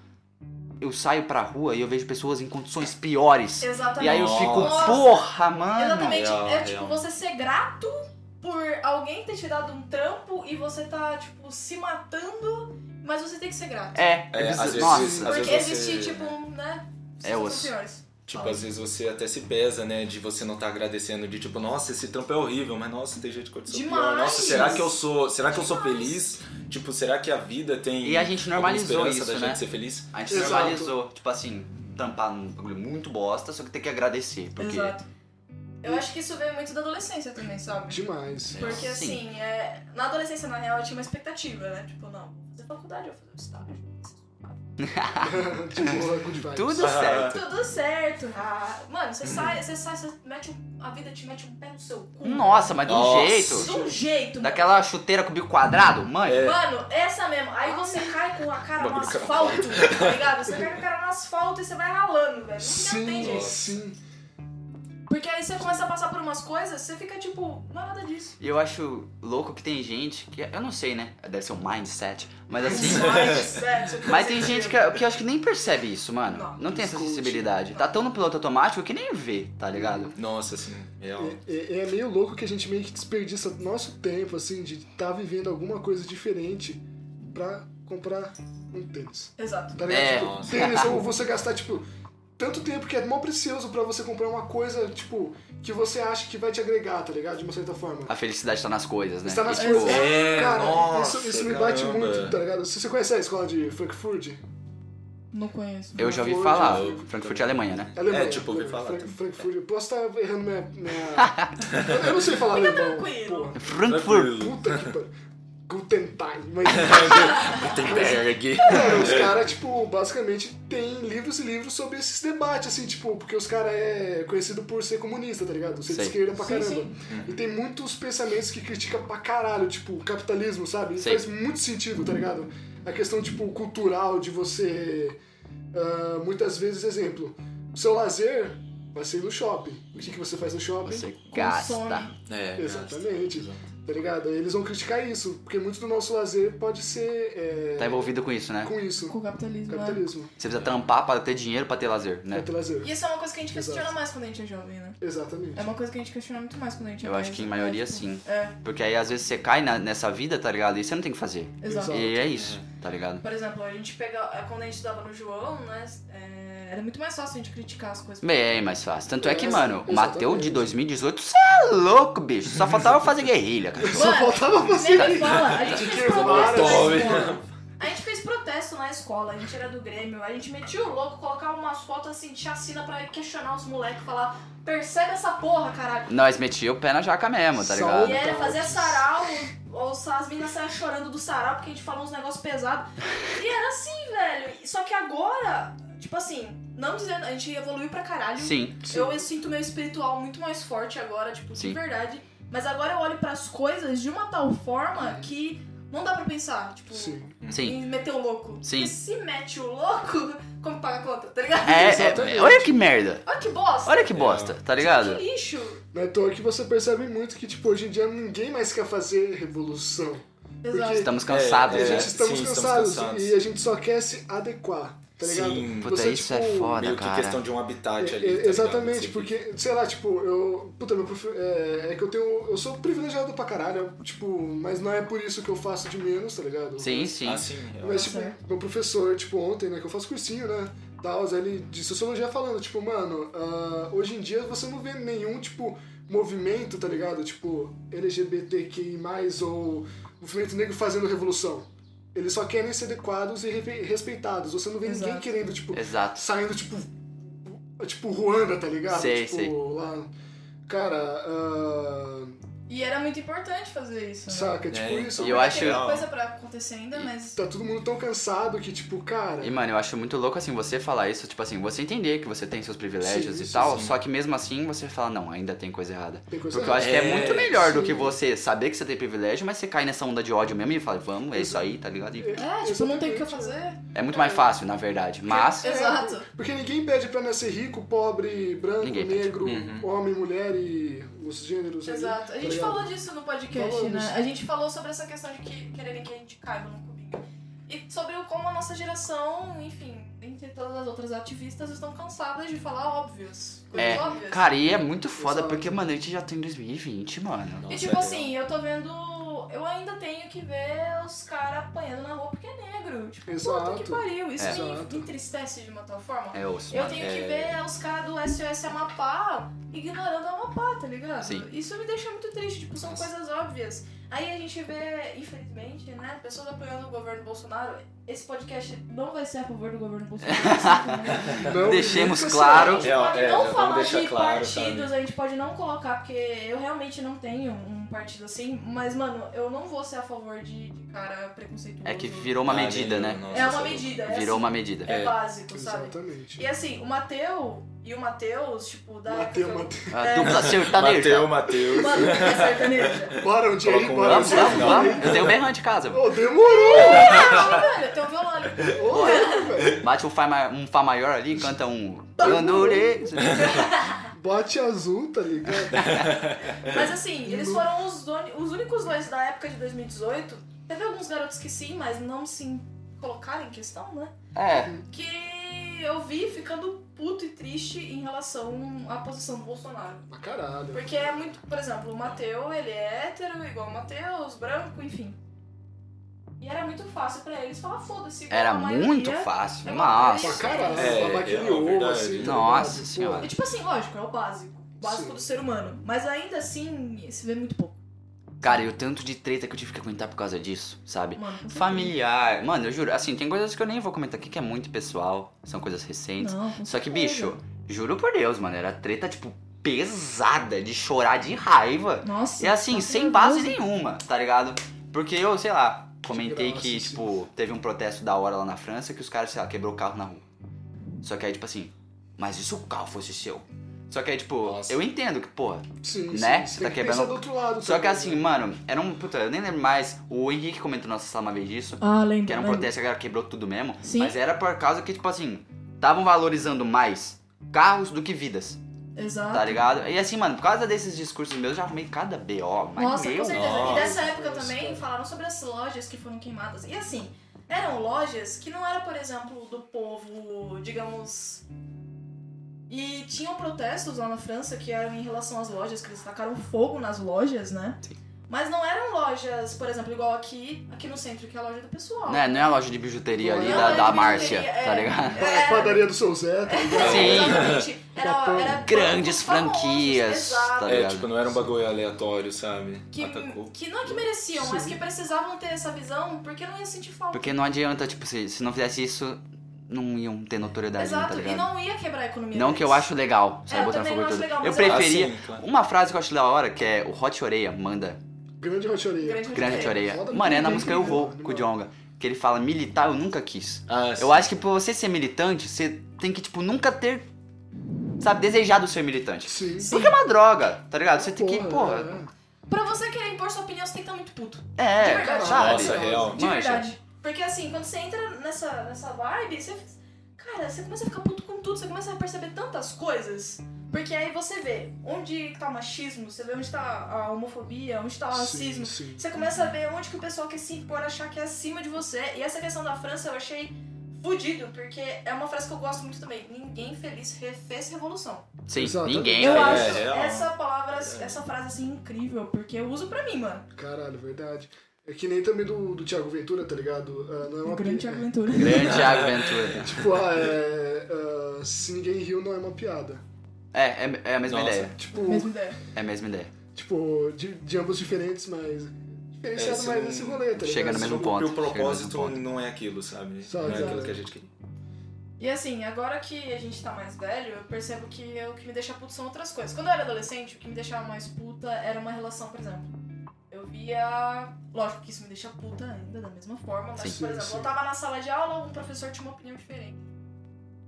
S3: eu saio pra rua e eu vejo pessoas em condições piores.
S1: Exatamente.
S3: E aí Ah, eu fico,
S1: Nossa.
S3: porra, mano.
S1: Exatamente.
S4: Real,
S1: é tipo,
S4: real.
S1: você ser grato por alguém ter te dado um trampo e você tá, tipo, se matando, mas você tem que ser grato.
S3: É,
S4: É, às vezes-
S3: nossa.
S4: às
S1: Porque
S4: vezes você-
S1: existe, tipo, um, né?
S3: É
S1: situações
S3: osso.
S1: piores.
S4: Tipo,
S1: Fala.
S4: às vezes você até se pesa, né? De você não tá agradecendo, de tipo, nossa, esse trampo é horrível, mas nossa, tem gente que aconteceu pior.
S1: Demais!
S4: Nossa, será que eu sou. Será que eu sou feliz? Tipo, será que a vida tem.
S3: E a gente
S4: alguma
S3: normalizou
S4: esperança
S3: isso,
S4: da
S3: né?
S4: gente ser feliz?
S3: A gente
S2: Exato.
S3: normalizou, tipo assim, tampar um bagulho muito bosta, só que tem que agradecer. Porque
S1: Exato. Eu acho que isso vem muito da adolescência também, sabe?
S2: Demais.
S1: Porque
S3: Sim.
S1: assim, é, na adolescência, na real, eu tinha uma expectativa, né? Tipo, não, vou fazer faculdade, vou fazer estágio.
S2: tipo, good vibes.
S3: tudo
S4: Ah.
S3: certo.
S1: Tudo certo. Ah, mano, você sai, você sai, você mete um, a vida te mete um pé no seu cu.
S3: Nossa, mas de um
S4: Nossa.
S1: De
S3: jeito.
S1: um jeito, mano.
S3: Daquela chuteira com bico quadrado, mãe.
S4: É.
S1: Mano, essa mesmo. Aí você cai com a cara no
S4: Bagulho do
S1: asfalto, tá ligado? Você cai com a cara no asfalto e você vai ralando, velho. Não, não tem
S2: Sim,
S1: jeito.
S2: sim.
S1: Porque aí você começa a passar por umas coisas, você fica tipo, não é nada disso.
S3: E eu acho louco que tem gente que. Eu não sei, né? Deve ser um mindset. Mas assim.
S1: Mindset,
S3: Mas tem gente que, que eu acho que nem percebe isso, mano. Não,
S1: Não.
S3: tem essa
S2: Escute.
S3: sensibilidade. Tá tão no piloto automático que nem vê, tá ligado?
S4: Nossa, assim, real.
S3: Então.
S2: É, é- é meio louco que a gente meio que desperdiça nosso tempo, assim, de estar vivendo alguma coisa diferente pra comprar um tênis.
S1: Exato.
S2: Tá ligado?
S3: É,
S2: Tipo,
S4: nossa.
S2: tênis, ou você gastar, tipo, tanto tempo que é mó precioso pra você comprar uma coisa, tipo, que você acha que vai te agregar, tá ligado? De uma certa forma.
S3: A felicidade tá nas coisas, né?
S2: Está nas
S3: E, tipo,
S2: coisas.
S4: é,
S2: Cara,
S4: nossa,
S2: isso, isso me bate
S4: caramba.
S2: muito, tá ligado? Se você conhece a escola de Frankfurt,
S1: Não conheço.
S3: Eu já ouvi
S2: Frankfurt,
S3: falar.
S4: eu-
S3: Frankfurt é Alemanha, né?
S2: Alemanha.
S4: É, tipo, ouvi falar
S2: Frank-
S4: também.
S2: Frankfurt. Eu posso estar errando minha. minha- eu, eu não sei falar
S1: Fica
S2: alemão.
S1: tranquilo.
S2: Porra,
S3: Frankfurt.
S2: puta que pariu. Guten Tag. Mas,
S4: Gutenberg.
S3: É,
S2: cara, os caras, tipo, basicamente tem livros e livros sobre esses debates, assim, tipo, porque os caras é conhecido por ser comunista, tá ligado? Ser de
S3: Sei.
S2: esquerda pra
S1: Sim,
S2: caramba.
S1: sim.
S2: E tem muitos pensamentos que criticam pra caralho, tipo, o capitalismo, sabe? Isso
S3: Sei.
S2: faz muito sentido, tá ligado? A questão, tipo, cultural de você. ah, muitas vezes, exemplo, o seu lazer vai ser ir no shopping. O que, que você faz no shopping?
S3: Você gasta.
S1: Consome.
S4: É,
S2: Exatamente.
S4: exato.
S2: Tá ligado? Aí Eles vão criticar isso, porque muito do nosso lazer pode ser é,
S3: Tá envolvido com isso, né?
S2: com isso.
S1: Com o capitalismo, né?
S2: Capitalismo.
S3: Você precisa trampar para ter dinheiro para ter lazer,
S2: Vai
S3: né?
S2: ter lazer.
S1: E isso é uma coisa que a gente
S2: Exato.
S1: questiona mais quando a gente é jovem, né?
S2: Exatamente.
S1: É uma coisa que a gente questiona muito mais quando a gente é
S3: Eu
S1: mais
S3: acho que em
S1: velho,
S3: maioria
S1: tipo,
S3: sim.
S1: É,
S3: Porque aí às vezes você cai na- nessa vida, tá ligado? E você não tem o que fazer.
S1: exato.
S2: Exato.
S3: E é isso, tá ligado?
S1: Por exemplo, a gente pega. é, Quando a gente estudava no João, né? é, era muito mais fácil a gente criticar as coisas.
S3: Bem mais fácil. Tanto é que,
S2: É,
S3: mano, o
S2: exatamente.
S3: Mateus de 2018, você é louco, bicho. Só faltava eu fazer guerrilha, cara.
S2: Só
S1: Mano,
S2: faltava você.
S1: Nem me fala, a gente fez protesto na
S4: Tome.
S1: escola. A gente fez protesto na escola, a gente era do Grêmio, a gente metia o louco, colocava umas fotos assim, de chacina pra questionar os moleques, falar, percebe essa porra, caralho.
S3: Nós metia o pé na jaca mesmo,
S2: Só
S3: tá ligado?
S1: E era fazer sarau, ou sa- as meninas saiam chorando do sarau porque a gente falou uns negócios pesados. E era assim, velho. Só que agora, tipo assim, não dizendo, a gente evoluiu pra caralho.
S3: Sim.
S1: Eu sinto meu espiritual muito mais forte agora, tipo,
S3: Sim.
S1: de verdade. Mas agora eu olho pras coisas de uma tal forma que não dá pra pensar, tipo,
S2: Sim.
S3: Sim.
S1: em meter o louco.
S3: Sim.
S1: E se mete o louco, como paga a conta, tá ligado?
S3: É,
S2: Exatamente.
S3: é- olha que merda.
S1: Olha que bosta. Tipo,
S3: Olha que bosta, tá ligado?
S1: Que lixo.
S2: Não é à toa que você percebe muito que, tipo, hoje em dia ninguém mais quer fazer revolução.
S1: Exato.
S2: Porque-
S3: Estamos cansados,
S2: a
S4: É,
S2: gente
S3: né?
S2: estamos,
S4: sim, estamos
S2: cansados,
S4: cansados.
S2: e a gente só quer se adequar. tá ligado? tipo,
S4: Sim.
S3: Puta, isso é foda.
S4: Meio que
S3: cara.
S4: questão de um habitat
S2: é,
S4: ali.
S2: é,
S4: tá ligado?
S2: exatamente,
S4: Você-
S2: porque, sei lá, tipo, eu. Puta, meu prof... é, é que eu tenho. Eu sou privilegiado pra caralho, tipo, mas não é por isso que eu faço de menos, tá ligado?
S3: Sim, sim.
S4: Ah, sim. é.
S2: Mas, tipo,
S1: Certo.
S2: meu professor, tipo, ontem, né, que eu faço cursinho, né, tal, aí ele de sociologia falando, tipo, mano, ah, hoje em dia você não vê nenhum, tipo, movimento, tá ligado? Tipo, LGBTQI+, ou movimento negro fazendo revolução. Eles só querem ser adequados e re- respeitados. Você não vê ninguém
S1: Exato.
S2: querendo, tipo,
S3: Exato.
S2: saindo, tipo, tipo Ruanda, tá ligado?
S3: Sei,
S2: tipo,
S3: sei.
S2: lá... Cara, ah,
S1: E era muito importante fazer isso, né?
S2: saca,
S4: É,
S2: tipo
S4: então.
S2: isso.
S3: E eu acho- então,
S1: Tem muita coisa pra acontecer ainda, mas...
S2: Tá todo mundo tão cansado que, tipo, cara...
S3: E, mano, eu acho muito louco, assim, você falar isso, tipo assim, você entender que você tem seus privilégios
S2: Sim,
S3: e
S2: sim,
S3: tal,
S4: sim.
S3: só que mesmo assim você fala, não, ainda tem coisa errada.
S2: Tem coisa
S3: Porque eu acho que é
S4: É,
S3: muito melhor do
S2: sim.
S3: que você saber que você tem privilégio, mas você cai nessa onda de ódio mesmo e fala, vamos, é isso aí, tá ligado? E
S1: É, tipo, não tem o que eu fazer.
S3: é muito mais fácil, na verdade. Mas,
S1: Exato.
S2: Porque ninguém pede pra nascer rico, pobre, branco,
S3: Ninguém pede.
S2: negro,
S4: Uhum.
S2: homem, mulher e os gêneros. ali,
S1: Exato. A
S2: tá
S1: gente
S2: ligado?
S1: falou disso no podcast,
S2: Falamos.
S1: né? A gente falou sobre essa questão de que quererem que a gente caiba no cubinho. E sobre o como a nossa geração, enfim, entre todas as outras ativistas, estão cansadas de falar óbvios. Coisas
S3: É,
S1: óbvias.
S3: cara, e é muito foda,
S2: Exato.
S3: porque, mano, a gente já tá em 2020, mano.
S1: E
S4: Nossa,
S1: tipo
S4: é.
S1: assim, eu tô vendo. Eu ainda tenho que ver os caras apanhando na rua porque é negro. Tipo, puta que
S2: Exato.
S1: pariu. Isso
S3: É.
S1: me
S2: Exato.
S1: entristece de uma tal forma.
S3: É osso,
S1: Eu
S3: mano.
S1: tenho que ver os caras do SOS Amapá ignorando Amapá, tá ligado?
S3: Sim.
S1: Isso me deixa muito triste, tipo, são
S4: Nossa.
S1: coisas óbvias. Aí a gente vê, infelizmente, né, pessoas apoiando o governo Bolsonaro. Esse podcast não vai ser a favor do governo Bolsonaro. assim, né?
S2: Não,
S3: Deixemos
S2: nunca
S1: A
S3: claro.
S1: gente
S4: É, ó,
S1: pode
S4: é,
S1: não
S4: já vamos
S1: falar
S4: deixar
S1: de
S4: claro,
S1: partidos, a gente pode não colocar, porque eu realmente não tenho um partido assim, mas, mano, eu não vou ser a favor de, de cara preconceituoso.
S3: É que virou uma
S4: Ah,
S3: medida,
S4: nenhum,
S3: né?
S4: nossa,
S1: É uma
S4: sabe?
S1: medida, é,
S3: Virou
S1: assim,
S3: uma medida.
S1: é
S4: É.
S1: básico, sabe?
S2: Exatamente.
S1: E assim, o Mateu e o Matheus, tipo, da
S2: Mateu,
S1: época...
S2: Mateu.
S3: A Ah, dupla sertaneja.
S4: Mateu, Mateus.
S1: Mano, é sertaneja.
S2: Bora, onde aí,
S4: Colocou um
S2: bora.
S3: Vamos, vamos,
S4: Não.
S3: vamos. Eu tenho berrante de casa. mano.
S2: Ô, demorou!
S1: Ah, velho, tem um violão ali.
S2: Ô, louco, velho.
S3: Bate um fá, ma- um fá maior ali, canta um. Bandolê.
S2: Bote azul, tá ligado?
S1: Mas assim, eles foram os, doni- os únicos dois da época de 2018. Teve alguns garotos que sim, mas não se colocaram em questão, né?
S3: É,
S1: Que eu vi ficando puto e triste em relação à posição do Bolsonaro.
S2: Pra caralho.
S1: Porque é muito, por exemplo, o Mateu, ele é hétero, igual o Mateus, branco, enfim. E era muito fácil pra eles falar, foda-se. igual
S3: era
S1: a maioria.
S3: muito fácil.
S1: é né? uma
S2: Pra
S3: Nossa.
S1: coisa-
S2: caralho.
S4: É,
S2: babar aquele
S4: é, é
S2: ovo,
S4: verdade.
S2: assim, tá
S3: Nossa
S2: ligado? Pô,
S3: senhora.
S1: E tipo assim, lógico, é o básico. O básico
S2: Sim.
S1: do ser humano. Mas ainda assim, se vê muito pouco.
S3: Cara, e o tanto de treta que eu tive que aguentar por causa disso, sabe?
S1: Mano, com certeza.
S3: Familiar. Mano, eu juro, assim, tem coisas que eu nem vou comentar aqui que é muito pessoal. São coisas recentes.
S1: Não, com
S3: Só que,
S1: certeza.
S3: bicho, juro por Deus, mano, era treta, tipo, pesada, de chorar de raiva.
S1: Nossa.
S3: E assim,
S1: tá
S3: sem
S1: nervoso.
S3: base nenhuma, tá ligado? Porque eu, sei lá, comentei
S2: graça,
S3: que,
S2: sim.
S3: tipo, teve um protesto da hora lá na França que os caras, sei lá, quebrou o carro na rua. Só que aí, tipo assim, mas e se o carro fosse seu? Só que aí, tipo,
S4: Nossa.
S3: eu entendo que, porra.
S2: Sim, sim.
S3: Né? Você
S2: Tem
S3: tá
S2: que
S3: quebrando-
S2: pensar do outro lado.
S3: Só que
S2: também,
S3: assim,
S2: né?
S3: mano, era um. Puta, eu nem lembro mais. O Henrique comentou na nossa sala uma vez disso.
S1: Ah, lembro.
S3: Que era um
S1: lembro.
S3: protesto que a galera quebrou tudo mesmo.
S1: Sim.
S3: Mas era por causa que, tipo assim, estavam valorizando mais carros do que vidas.
S1: Exato.
S3: Tá ligado? E assim, mano, por causa desses discursos meus, eu já arrumei cada BO. Mas
S1: Nossa,
S3: meu,
S1: com certeza.
S4: nossa,
S1: e dessa época
S2: Deus,
S1: também
S2: cara.
S1: falaram sobre as lojas que foram queimadas. E assim, eram lojas que não era, por exemplo, do povo, digamos. E tinham protestos lá na França que eram em relação às lojas, que eles tacaram fogo nas lojas, né?
S3: Sim.
S1: Mas não eram lojas, por exemplo, igual aqui, aqui no centro, que é a loja do pessoal.
S3: Né, não é a loja de bijuteria ali
S2: Não,
S3: da,
S1: é
S3: da
S1: de
S3: Márcia,
S1: bijuteria,
S3: tá
S1: é.
S3: ligado?
S1: É,
S2: Padaria do seu Zé, tá ligado?
S1: Exatamente. Era,
S2: Japão.
S1: era
S3: Grandes
S1: bancos famosos,
S3: franquias,
S1: exato.
S3: tá
S4: É,
S3: ligado?
S4: tipo, não era um bagulho aleatório, sabe?
S1: Que,
S4: Atacou.
S1: que não é que mereciam, mas que precisavam ter essa visão porque não ia sentir falta.
S3: Porque não adianta, tipo, se, se não fizesse isso, não iam ter notoriedade,
S1: Exato,
S3: tá
S1: e
S3: ligado? Não,
S1: não ia quebrar a economia.
S3: que eu
S1: deles.
S3: acho legal, sabe?
S1: eu
S3: botar
S1: também
S3: fogo
S1: não
S3: em
S1: acho assim,
S3: tudo.
S1: legal,
S3: eu
S1: mas eu
S3: preferia.
S4: Ah, sim, claro.
S3: Uma frase que eu acho da hora, que é o Hot Oreia, manda
S2: Grande rochoria.
S1: Grande
S3: Grande
S1: roteiro.
S3: Oreia.
S2: Foda
S3: Mano, é na
S2: muito,
S3: música Eu
S2: né?
S3: Vou, com o Djonga. Que ele fala, militar eu nunca quis.
S4: Ah, sim.
S3: Eu acho que pra você ser militante, você tem que, tipo, nunca ter, sabe, desejado ser militante.
S2: Sim. né?
S3: Porque é uma droga, tá ligado? Você tem que, porra,
S2: Porra,
S1: Pra você querer impor sua opinião, você tem que estar muito puto. De
S3: é,
S1: verdade.
S3: sabe?
S4: Nossa, real.
S1: De
S3: Manja.
S1: verdade. Porque assim, quando você entra nessa, nessa vibe, você. Cara, você começa a ficar puto com tudo, você começa a perceber tantas coisas. Porque aí você vê onde tá o machismo, você vê onde tá a homofobia, onde tá o
S2: é.
S1: racismo.
S2: Sim, sim.
S1: Você começa a ver onde que o pessoal quer se impor, achar que é acima de você. E essa questão da França eu achei fudido, porque é uma frase que eu gosto muito também. Ninguém feliz re- fez revolução.
S3: Sim,
S2: Exato.
S3: ninguém.
S1: Eu
S4: é,
S3: fez.
S1: acho
S4: é, é.
S1: essa palavra, essa frase assim incrível, porque eu uso pra mim, mano.
S2: Caralho, verdade. É que nem também do, do Thiago Ventura, tá ligado? Ah, não é
S1: Um
S2: uma
S1: grande
S2: piada.
S1: aventura.
S3: Grande Thiago Ventura.
S2: Tipo, ah, é, ah, se ninguém riu, não é uma piada.
S3: É, é, é a mesma
S4: Nossa.
S3: ideia.
S2: Tipo,
S1: Mesma ideia.
S3: É a mesma ideia.
S2: tipo de, de ambos diferentes, mas. Diferenciado
S4: É,
S2: mais
S4: se
S2: nesse
S4: não-
S2: rolê, tá
S3: Chega
S2: ligado?
S3: no mesmo
S4: Desculpa,
S3: ponto,
S4: O
S3: chega no mesmo
S4: propósito
S3: ponto.
S4: não é aquilo, sabe?
S2: Só,
S4: não é
S2: exato.
S4: aquilo que a gente queria.
S1: E assim, agora que a gente tá mais velho, eu percebo que é o que me deixa puto são outras coisas. Quando eu era adolescente, o que me deixava mais puta era uma relação, por exemplo. Eu via. Lógico que isso me deixa puta ainda, da mesma forma, mas,
S3: Sim.
S1: por
S2: Sim,
S1: exemplo,
S2: sim.
S1: eu tava na sala de aula, um professor tinha uma opinião diferente.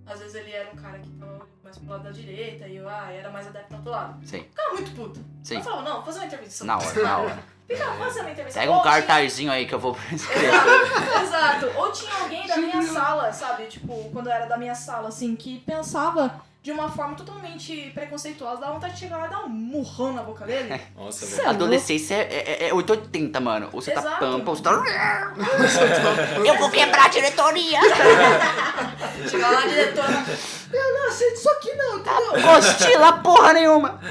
S1: Às vezes ele era um cara que tava olhando mais pro lado da direita e eu ah, era mais adepto ao outro lado.
S3: Sim,
S1: Ficava muito puta.
S3: sim.
S1: Eu falava, não, vou fazer uma intervenção.
S3: Na hora, na hora.
S1: Ficava fazendo uma intervenção.
S3: Pega um
S1: Ou tinha-
S3: cartazinho aí que eu vou escrever.
S1: Exato, exato. Ou tinha alguém da minha sala, sabe? Tipo, quando eu era da minha sala, assim, que pensava de uma forma totalmente preconceituosa, dava vontade de chegar lá e dar um murrão na boca dele.
S4: Nossa,
S1: Sério?
S4: velho.
S3: Adolescência é, é, é 880, mano. Ou você tá
S1: Exato.
S3: pampa, ou você tá. Eu vou quebrar a diretoria!
S1: Chegar lá, né, diretora. Eu não aceito isso aqui, não, entendeu?
S3: Hostila porra nenhuma!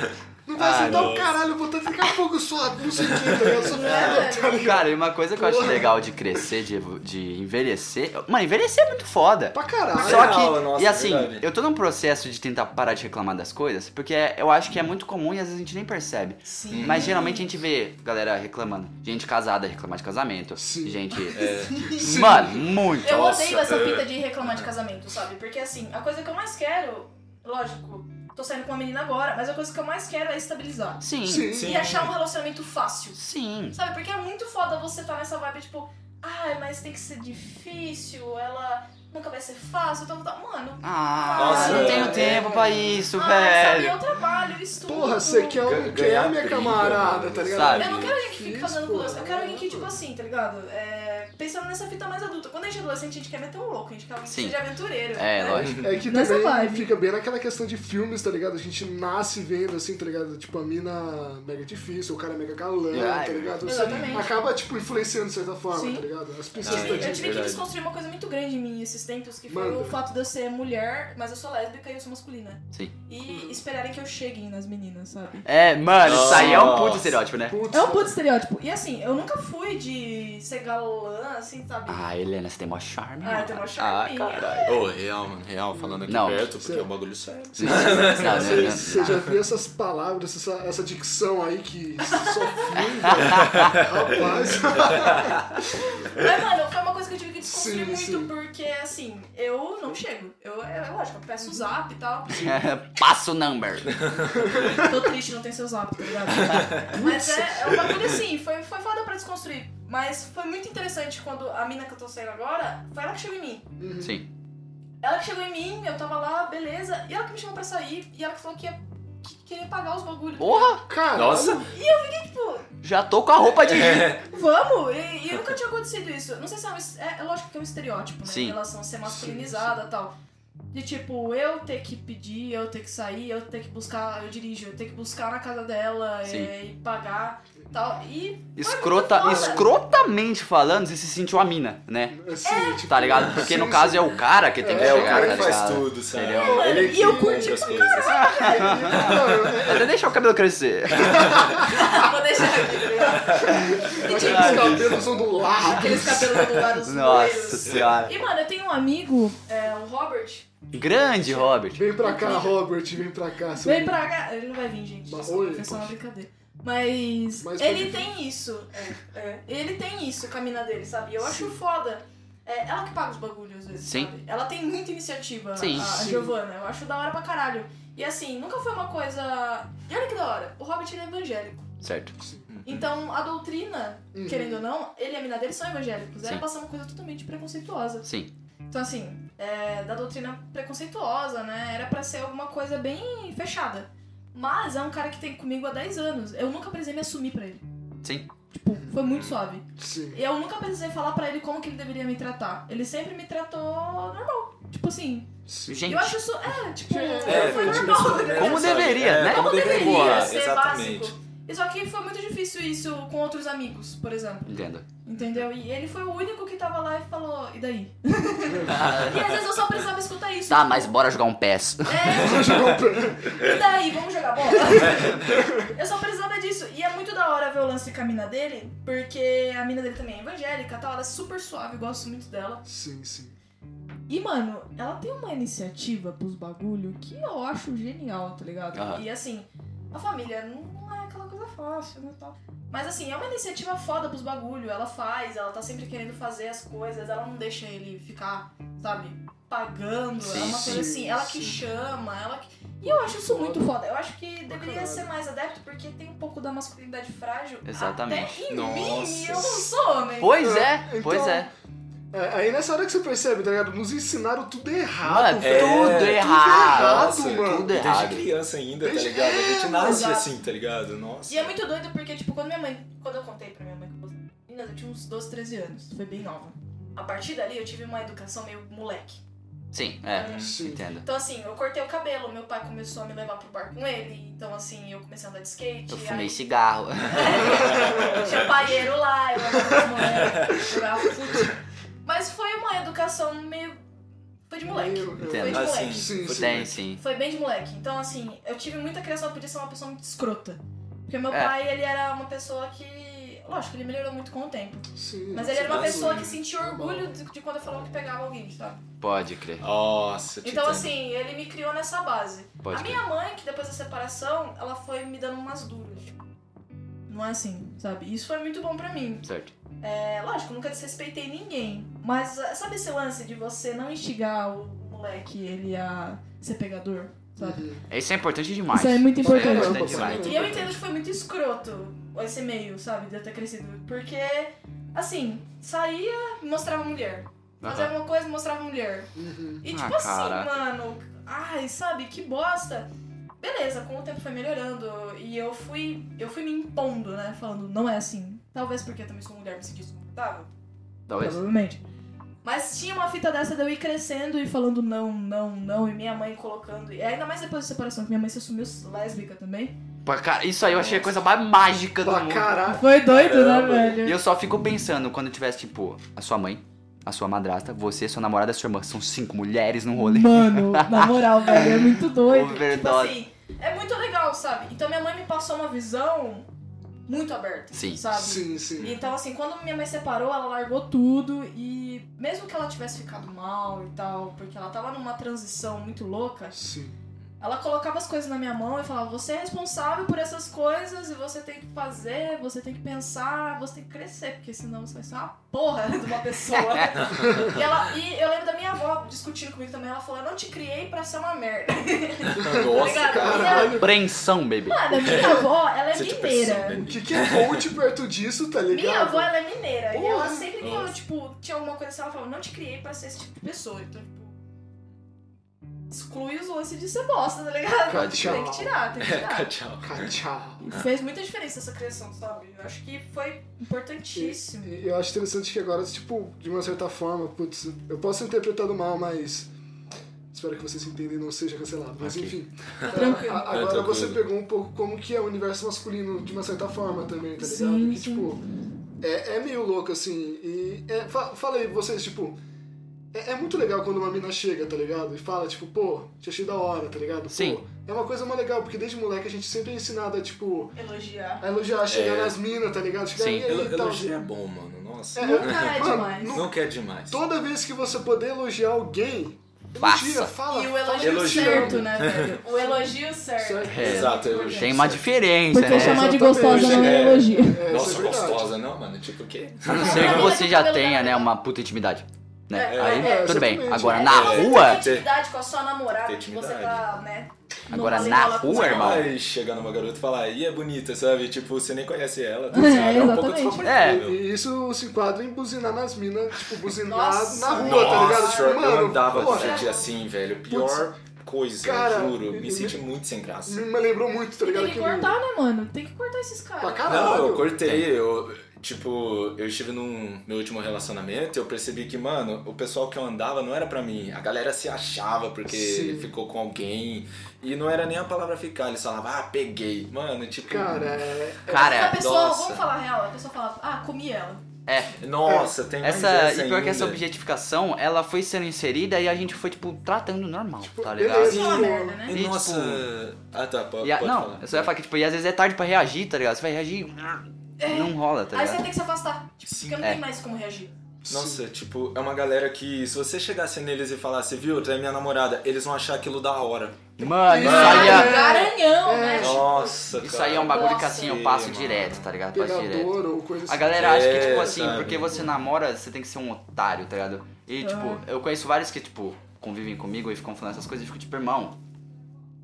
S2: Não vai
S3: Ah,
S2: aceitar o
S4: não.
S2: caralho, eu vou ter que ficar fogo só, não sei o que, tá ligado? Eu sou
S1: É,
S2: foda, tá ligado?
S3: Cara, e uma coisa que eu acho legal de crescer, de, evo- de envelhecer. Mano, envelhecer é muito foda.
S2: Pra caralho.
S3: Só
S4: real,
S3: que,
S4: Tá, nossa,
S3: e assim,
S4: verdade.
S3: eu tô num processo de tentar parar de reclamar das coisas, porque é- eu acho que é muito comum e às vezes a gente nem percebe.
S1: Sim.
S3: Mas geralmente a gente vê galera reclamando. Gente casada reclamar de casamento.
S2: Sim. É.
S3: Gente.
S2: Sim.
S3: Mano, muito.
S1: Eu
S4: Nossa,
S1: odeio essa
S4: é.
S1: fita de reclamar de casamento, sabe? Porque assim, a coisa que eu mais quero, lógico, tô saindo com uma menina agora, mas a coisa que eu mais quero é estabilizar.
S3: Sim. Sim.
S2: Sim.
S1: E achar um relacionamento fácil.
S3: Sim.
S1: Sabe, porque é muito foda você tá nessa vibe, tipo, ai, mas tem que ser difícil, ela nunca vai ser fácil, então tá, mano.
S3: Ah,
S1: Nossa,
S3: não tenho
S4: é.
S3: tempo pra isso,
S1: ai, sabe,
S3: velho.
S1: eu trabalho, eu estudo.
S2: Porra, você quer ou não
S4: Ganhar
S2: quer, minha
S4: briga,
S2: camarada,
S4: mano,
S2: tá ligado?
S3: sabe?
S1: Eu não quero alguém que fique
S2: Isso,
S1: casando com
S2: porra.
S1: dois. Eu quero alguém que, tipo assim, tá ligado? É, pensando nessa fita mais adulta. Quando a gente é adolescente, a gente quer meter um louco, a gente quer alguém que
S3: Sim.
S1: seja aventureiro.
S3: É,
S1: né?
S3: lógico.
S2: É que
S1: Nessa
S2: também
S1: vibe.
S2: fica bem naquela questão de filmes, tá ligado? A gente nasce vendo, assim, tá ligado? Tipo, a mina mega difícil, o cara mega galã,
S3: Ai,
S2: tá ligado? Você
S1: Exatamente.
S2: acaba, tipo, influenciando de certa forma,
S1: Sim.
S2: tá ligado? As
S1: Eu
S2: pessoas
S1: tive,
S4: Ah,
S2: estão
S1: eu
S4: é.
S1: tive
S2: tipo,
S1: que
S4: verdade.
S1: desconstruir uma coisa muito grande em mim esses tempos, que foi
S2: Manda.
S1: o fato de eu ser mulher, mas eu sou lésbica e eu sou masculina.
S3: Sim.
S1: E esperarem que eu chegue nas meninas, sabe?
S3: É, mano, isso aí é um puto
S4: Nossa.
S3: estereótipo, né?
S2: putz,
S1: É um puto estereótipo. E assim, eu nunca fui de ser galã, assim, sabe?
S3: Ah, Helena, você tem mó charme.
S1: Ah,
S3: mano.
S1: eu tenho mó charminho.
S3: Ah, caralho.
S4: Ô, real, mano, real, falando aqui
S3: Não.
S4: perto, porque é
S2: Sim.
S4: o bagulho sério.
S3: Não, não,
S2: Você,
S3: não,
S2: você
S3: não.
S2: já viu essas palavras, essa, essa dicção aí que só fui, Rapaz.
S1: Mas, mano, foi uma coisa que eu tive que descobrir
S2: Sim,
S1: muito,
S2: sim.
S1: porque, assim, eu não chego. Eu, é lógico, eu peço o zap e tal.
S3: Passa o number.
S1: Tô triste, não tem seu zap, tá ligado? Mas é, é um bagulho assim, foi, foi foda pra desconstruir. Mas foi muito interessante quando a mina que eu tô saindo agora, foi ela que chegou em mim.
S3: Sim.
S1: Ela que chegou em mim, eu tava lá, beleza. E ela que me chamou pra sair, e ela que falou que ia... Que queria pagar os bagulhos.
S3: Porra,
S2: Cara,
S4: Nossa,
S1: Tipo,
S3: já tô com a roupa de rico.
S1: Vamos! E, e nunca tinha acontecido isso. Não sei se é, um, es- é, é lógico que é um estereótipo, né?
S3: Sim.
S1: Em relação a ser masculinizada e tal. De tipo, eu ter que pedir, eu ter que sair, eu ter que buscar, eu dirijo, eu ter que buscar na casa dela
S3: Sim.
S1: é, e pagar tal. E
S3: Escrota,
S1: foda.
S3: escrotamente falando, você se sentiu a mina, né?
S2: assim,
S1: É.
S2: tipo,
S3: Tá ligado? Porque
S2: sim,
S3: no caso
S2: sim.
S3: é o cara que tem que
S2: É,
S4: é, o
S3: chegar,
S4: cara
S3: tá
S4: que faz
S3: ligado?
S4: tudo, sabe?
S3: Entendeu?
S1: Mano,
S4: Ele
S1: e eu
S4: que
S1: curti
S4: compra as
S1: pra
S4: coisas.
S2: Não, é-
S3: Até deixar o cabelo crescer.
S1: vou deixar aqui, tá ligado? E
S2: Aqueles
S1: tipo,
S2: cabelos ondulados.
S1: aqueles cabelos ondulados
S3: Nossa
S1: loiros.
S3: senhora.
S1: E mano, eu tenho um amigo, é, o Robert,
S3: Grande, Robert.
S2: Vem pra cá, Robert, vem pra cá. seu-
S1: Vem pra cá. Ele não vai vir, gente.
S2: Mas-
S1: Desculpa,
S2: Oi,
S1: Foi só uma
S2: poxa.
S1: brincadeira. Mas,
S2: Mas
S1: ele
S2: pode
S1: tem isso. É, é. Ele tem isso com a mina dele, sabe? Eu acho foda. É, ela que paga os bagulhos às vezes,
S3: Sim.
S1: sabe? Ela tem muita iniciativa,
S3: Sim.
S1: a, a
S2: Sim.
S1: Giovanna. Eu acho da hora pra caralho. E assim, nunca foi uma coisa. E olha que da hora. O Hobbit ele é evangélico.
S3: Certo.
S1: Então, a doutrina,
S2: Uhum.
S1: querendo ou não, ele e a mina dele são evangélicos. Ela
S3: Sim.
S1: passa uma coisa totalmente preconceituosa.
S3: Sim.
S1: Então, assim, é, da doutrina preconceituosa, né? Era pra ser alguma coisa bem fechada. Mas é um cara que tem comigo há 10 anos. Eu nunca precisei me assumir pra ele.
S3: Sim.
S1: Tipo, foi muito suave.
S2: Sim.
S1: Eu nunca precisei falar pra ele como que ele deveria me tratar. Ele sempre me tratou normal. Tipo assim,
S2: Sim.
S1: e
S3: Gente.
S1: eu acho isso. É, tipo,
S2: É,
S1: foi
S4: tipo, é,
S1: normal. né?
S3: Como
S4: sabe?
S3: deveria, né?
S1: Como deveria
S4: Pô,
S1: ser
S4: exatamente.
S1: básico. E Só que foi muito difícil isso com outros amigos, por exemplo.
S3: Entendo.
S1: Entendeu? E ele foi o único que tava lá e falou, e daí? E às vezes eu só precisava escutar isso. tipo,
S3: Tá, mas bora jogar um PES.
S2: Então,
S1: É, e daí? Vamos jogar bola? eu só precisava disso. E é muito da hora ver o lance de caminhar dele, porque a mina dele também é evangélica, tal, ela é super suave, eu gosto muito dela.
S2: Sim, sim.
S1: E, mano, ela tem uma iniciativa pros bagulho que eu acho genial, tá ligado?
S3: Aham.
S1: E assim, a família não não é aquela coisa fácil, né? Tal. Mas assim, é uma iniciativa foda pros bagulho. Ela faz, ela tá sempre querendo fazer as coisas, ela não deixa ele ficar, sabe, pagando. é
S3: Sim,
S1: uma coisa
S2: sim,
S1: assim, ela que
S2: sim.
S1: chama, ela que. E eu acho isso
S2: Foda.
S1: muito foda. Eu acho que deveria
S2: caralho.
S1: ser mais adepto, porque tem um pouco da masculinidade frágil.
S3: Exatamente.
S1: Até em mim,
S4: Nossa.
S1: eu não sou homem.
S3: Pois
S2: É,
S3: é, pois
S2: então-
S3: é.
S2: É, aí nessa hora que você percebe, tá ligado? Nos ensinaram tudo errado,
S3: Mano,
S2: velho.
S3: tudo
S2: Tudo
S3: errado.
S2: errado,
S4: Nossa,
S2: mano.
S3: tudo errado.
S4: Desde criança ainda,
S2: Desde-
S4: tá ligado? A gente nasce
S1: exato.
S4: assim, tá ligado? Nossa.
S1: E é muito doido porque, tipo, quando minha mãe. Quando eu contei pra minha mãe que eu fosse menina, eu tinha uns 12, 13 anos. Foi bem nova. A partir dali eu tive uma educação meio moleque.
S3: Sim, é.
S2: Sim.
S3: Entendo.
S1: Então, assim, eu cortei o cabelo, meu pai começou a me levar pro bar com ele. Então, assim, eu comecei a andar de skate.
S3: Eu
S1: aí-
S3: fumei cigarro.
S1: tinha paieiro lá, eu andava com moleque, jogava fute. Mas foi uma educação meio. Foi de moleque.
S2: Eu- eu-
S3: Entendo.
S1: Foi de
S4: assim,
S1: moleque.
S2: Sim,
S4: foi-
S2: sim.
S3: Tem, sim.
S1: Foi bem de moleque. Então, assim, eu tive muita criança, eu podia ser é uma pessoa muito escrota. Porque meu
S3: É.
S1: pai, ele era uma pessoa que. Lógico, ele melhorou muito com o tempo.
S2: Sim, Uhum.
S1: Mas ele era uma
S2: sim,
S1: pessoa
S2: sim.
S1: que sentia orgulho de, de quando eu falava que pegava alguém, sabe?
S3: Pode crer.
S4: Nossa, te
S1: Então,
S4: entendo.
S1: assim, ele me criou nessa base.
S3: Pode
S1: a
S3: crer.
S1: minha mãe, que depois da separação, ela foi me dando umas duras. tipo, Não é assim, sabe? Isso foi muito bom pra mim.
S3: Certo.
S1: É, lógico, nunca desrespeitei ninguém. Mas ah, sabe esse lance de você não instigar o moleque, ele a ser pegador, sabe?
S2: Uhum.
S3: Isso é importante demais.
S1: Isso é muito importante.
S3: Isso é importante
S2: Caramba,
S3: demais.
S1: E eu entendo que foi muito escroto esse e-mail, sabe? De eu ter crescido. Porque, assim, saía e mostrava mulher. Fazia
S3: Aham.
S1: alguma coisa e mostrava mulher.
S2: Uhum.
S1: E
S3: Ah,
S1: tipo
S3: cara.
S1: assim, mano, ai, sabe, que bosta. Beleza, com o tempo foi melhorando e eu fui, eu fui me impondo, né? Falando, não é assim. Talvez porque eu também sou mulher, me senti desconfortável.
S3: Talvez.
S1: Provavelmente. Mas tinha uma fita dessa de eu ir crescendo e falando não, não, não, e minha mãe colocando. E ainda mais depois da separação, que minha mãe se assumiu lésbica também.
S3: Pô, cara, isso aí eu achei a coisa mais mágica do
S2: Pra
S3: mundo.
S2: caralho.
S1: Foi doido,
S4: Caramba.
S1: né, velho?
S3: E eu só fico pensando, quando eu tivesse, tipo, a sua mãe, a sua madrasta, você, sua namorada, sua irmã. São cinco mulheres num rolê.
S1: Mano, na moral, velho, é muito doido. Tipo
S3: Overdose.
S1: assim, é muito legal, sabe? Então minha mãe me passou uma visão muito aberta,
S3: Sim.
S1: sabe?
S2: Sim, sim.
S1: Então assim, quando minha mãe separou, ela largou tudo e mesmo que ela tivesse ficado mal e tal, porque ela tava numa transição muito louca,
S2: Sim.
S1: ela colocava as coisas na minha mão e falava: "Você é responsável por essas coisas e você tem que fazer, você tem que pensar, você tem que crescer, porque senão você vai ser uma porra de uma pessoa". e ela e eu lembro da minha avó discutindo comigo também, ela falou: "Eu não te criei pra ser uma merda".
S4: Nossa,
S1: Obrigada.
S4: cara.
S2: Caralho.
S3: Apreensão, baby.
S1: Mano, minha avó, ela é
S4: Você tipo
S1: mineira.
S4: assim,
S2: O que, que é coach perto disso, tá ligado?
S1: Minha avó, ela é mineira. E ela
S2: Porra.
S1: sempre que eu,
S4: Nossa.
S1: tipo, tinha alguma coisa assim, ela falava, não te criei pra ser esse tipo de pessoa. Então, tipo, exclui os lances de ser bosta, tá ligado? Tem
S2: Cara,
S1: que tirar, tem que
S4: né?
S1: tirar.
S4: Tchau.
S2: Cachá.
S1: E fez muita diferença essa criação, sabe? Eu acho que foi importantíssimo.
S2: E Eu acho interessante que agora, tipo, de uma certa forma, putz, eu posso ser interpretado mal, mas. Espero que vocês entendam e não seja cancelado. Mas
S3: Ok.
S2: enfim.
S1: tranquilo.
S2: A-
S4: É,
S2: Agora
S4: tranquilo.
S2: você pegou um pouco como que é o universo masculino de uma certa forma também, tá ligado?
S1: Sim,
S2: que,
S1: sim.
S2: tipo, é, é meio louco, assim. E é, fa- fala aí, vocês, tipo. É, é muito legal quando uma mina chega, tá ligado? E fala, tipo, pô, te achei da hora, tá ligado? Pô,
S3: Sim.
S2: é uma coisa mó legal, porque desde moleque a gente sempre é ensinado a, tipo,
S1: Elogiar.
S2: a elogiar, chegar
S4: É.
S2: nas minas, tá ligado? Chegar
S3: Sim.
S2: e aí,
S4: Elo-
S2: tal.
S4: Elogio é bom, mano. Nossa.
S2: então, né? É,
S1: Nunca é
S2: mano,
S1: demais.
S2: não-
S4: Não quer demais.
S2: Toda vez que você puder elogiar alguém,
S3: Faça.
S2: elogia, fala.
S1: E o
S2: fala
S1: elogio,
S4: Elogio.
S1: certo, né, velho? O elogio certo.
S2: Certo.
S1: Isso é
S4: Exato,
S1: muito
S4: elogio.
S3: Tem uma diferença,
S1: Porque
S3: né?
S1: chamar de
S2: Exatamente.
S1: gostosa não é
S4: É.
S1: elogio.
S2: É, isso
S4: Nossa,
S2: é verdade.
S4: gostosa, não, mano. Tipo, o quê?
S3: A não ser que você já tenha, né, uma puta intimidade. Né?
S1: É,
S3: aí,
S2: é,
S3: tudo bem.
S2: exatamente.
S3: Agora,
S1: É,
S3: na
S1: você
S3: rua,
S1: tem intimidade com a sua namorada,
S4: Tem
S1: que você
S4: intimidade.
S1: tá, né? numa
S3: Agora, na
S1: legal lá com ela.
S3: rua, irmão.
S4: Vai chegar numa garota e falar, e é bonita, sabe? Tipo, você nem conhece ela, tá
S1: É,
S4: ligado? um pouco
S1: exatamente.
S3: É.
S4: desconfortável.
S2: E isso se enquadra em buzinar nas minas, tipo, buzinar
S1: Nossa.
S2: na rua, tá ligado?
S4: Nossa,
S2: Tipo,
S4: eu
S2: mano,
S4: andava
S2: porra,
S4: de dia assim, velho. Pior coisa,
S2: cara,
S4: juro.
S2: me-
S4: Me senti muito sem graça.
S2: me lembrou muito, tá
S1: E
S2: ligado?
S1: tem que
S2: Aquele-
S1: cortar, né, mano? Tem que cortar esses
S2: Pra
S1: caras.
S2: caralho.
S4: Não, eu cortei. Eu... Tipo, eu estive num meu último relacionamento e eu percebi que, mano, o pessoal que eu andava não era pra mim. A galera se achava porque
S2: Sim.
S4: ficou com alguém. E não era nem a palavra ficar, eles falavam, ah, peguei. Mano, tipo.
S2: Cara, é.
S1: a
S3: Cara,
S1: pessoa,
S4: nossa.
S1: vamos falar a real, a pessoa fala, ah, comi ela.
S3: é.
S4: Nossa, tem mais
S3: Essa,
S4: essa
S3: e pior que essa
S4: ainda.
S3: objetificação, ela foi sendo inserida e a gente foi, tipo, tratando normal,
S2: Tipo,
S3: tá ligado?
S2: beleza,
S1: Isso é uma
S2: pô.
S1: merda, né?
S4: E,
S3: E, tipo,
S4: nossa. Ah, tá, pode,
S3: E a-
S4: pode
S3: não,
S4: falar.
S3: eu só ia falar que, tipo, e às vezes é tarde pra reagir, tá ligado? Você vai reagir. Não rola, tá
S1: É. Aí você
S3: ligado?
S1: tem que se afastar, tipo,
S4: Sim.
S1: porque não
S3: É.
S1: tem mais como reagir.
S4: Nossa, tipo, é uma galera que se você chegasse neles e falasse, viu, tu é minha namorada, eles vão achar aquilo da hora.
S3: Mano, isso aí
S1: Ah,
S3: é.
S2: Olha!
S1: garanhão, né?
S2: É.
S1: Tipo,
S4: Nossa,
S3: Isso aí é um bagulho que assim eu
S4: Nossa.
S3: passo
S4: Ih,
S3: direto,
S4: mano.
S3: tá ligado? Passo direto.
S2: Pegador ou coisa assim.
S3: A galera acha que, tipo
S4: É,
S3: assim,
S4: sabe?
S3: porque você namora, você tem que ser um otário, tá ligado?
S1: É.
S3: E, tipo, eu conheço vários que, tipo, convivem comigo e ficam falando essas coisas e ficam, tipo, irmão.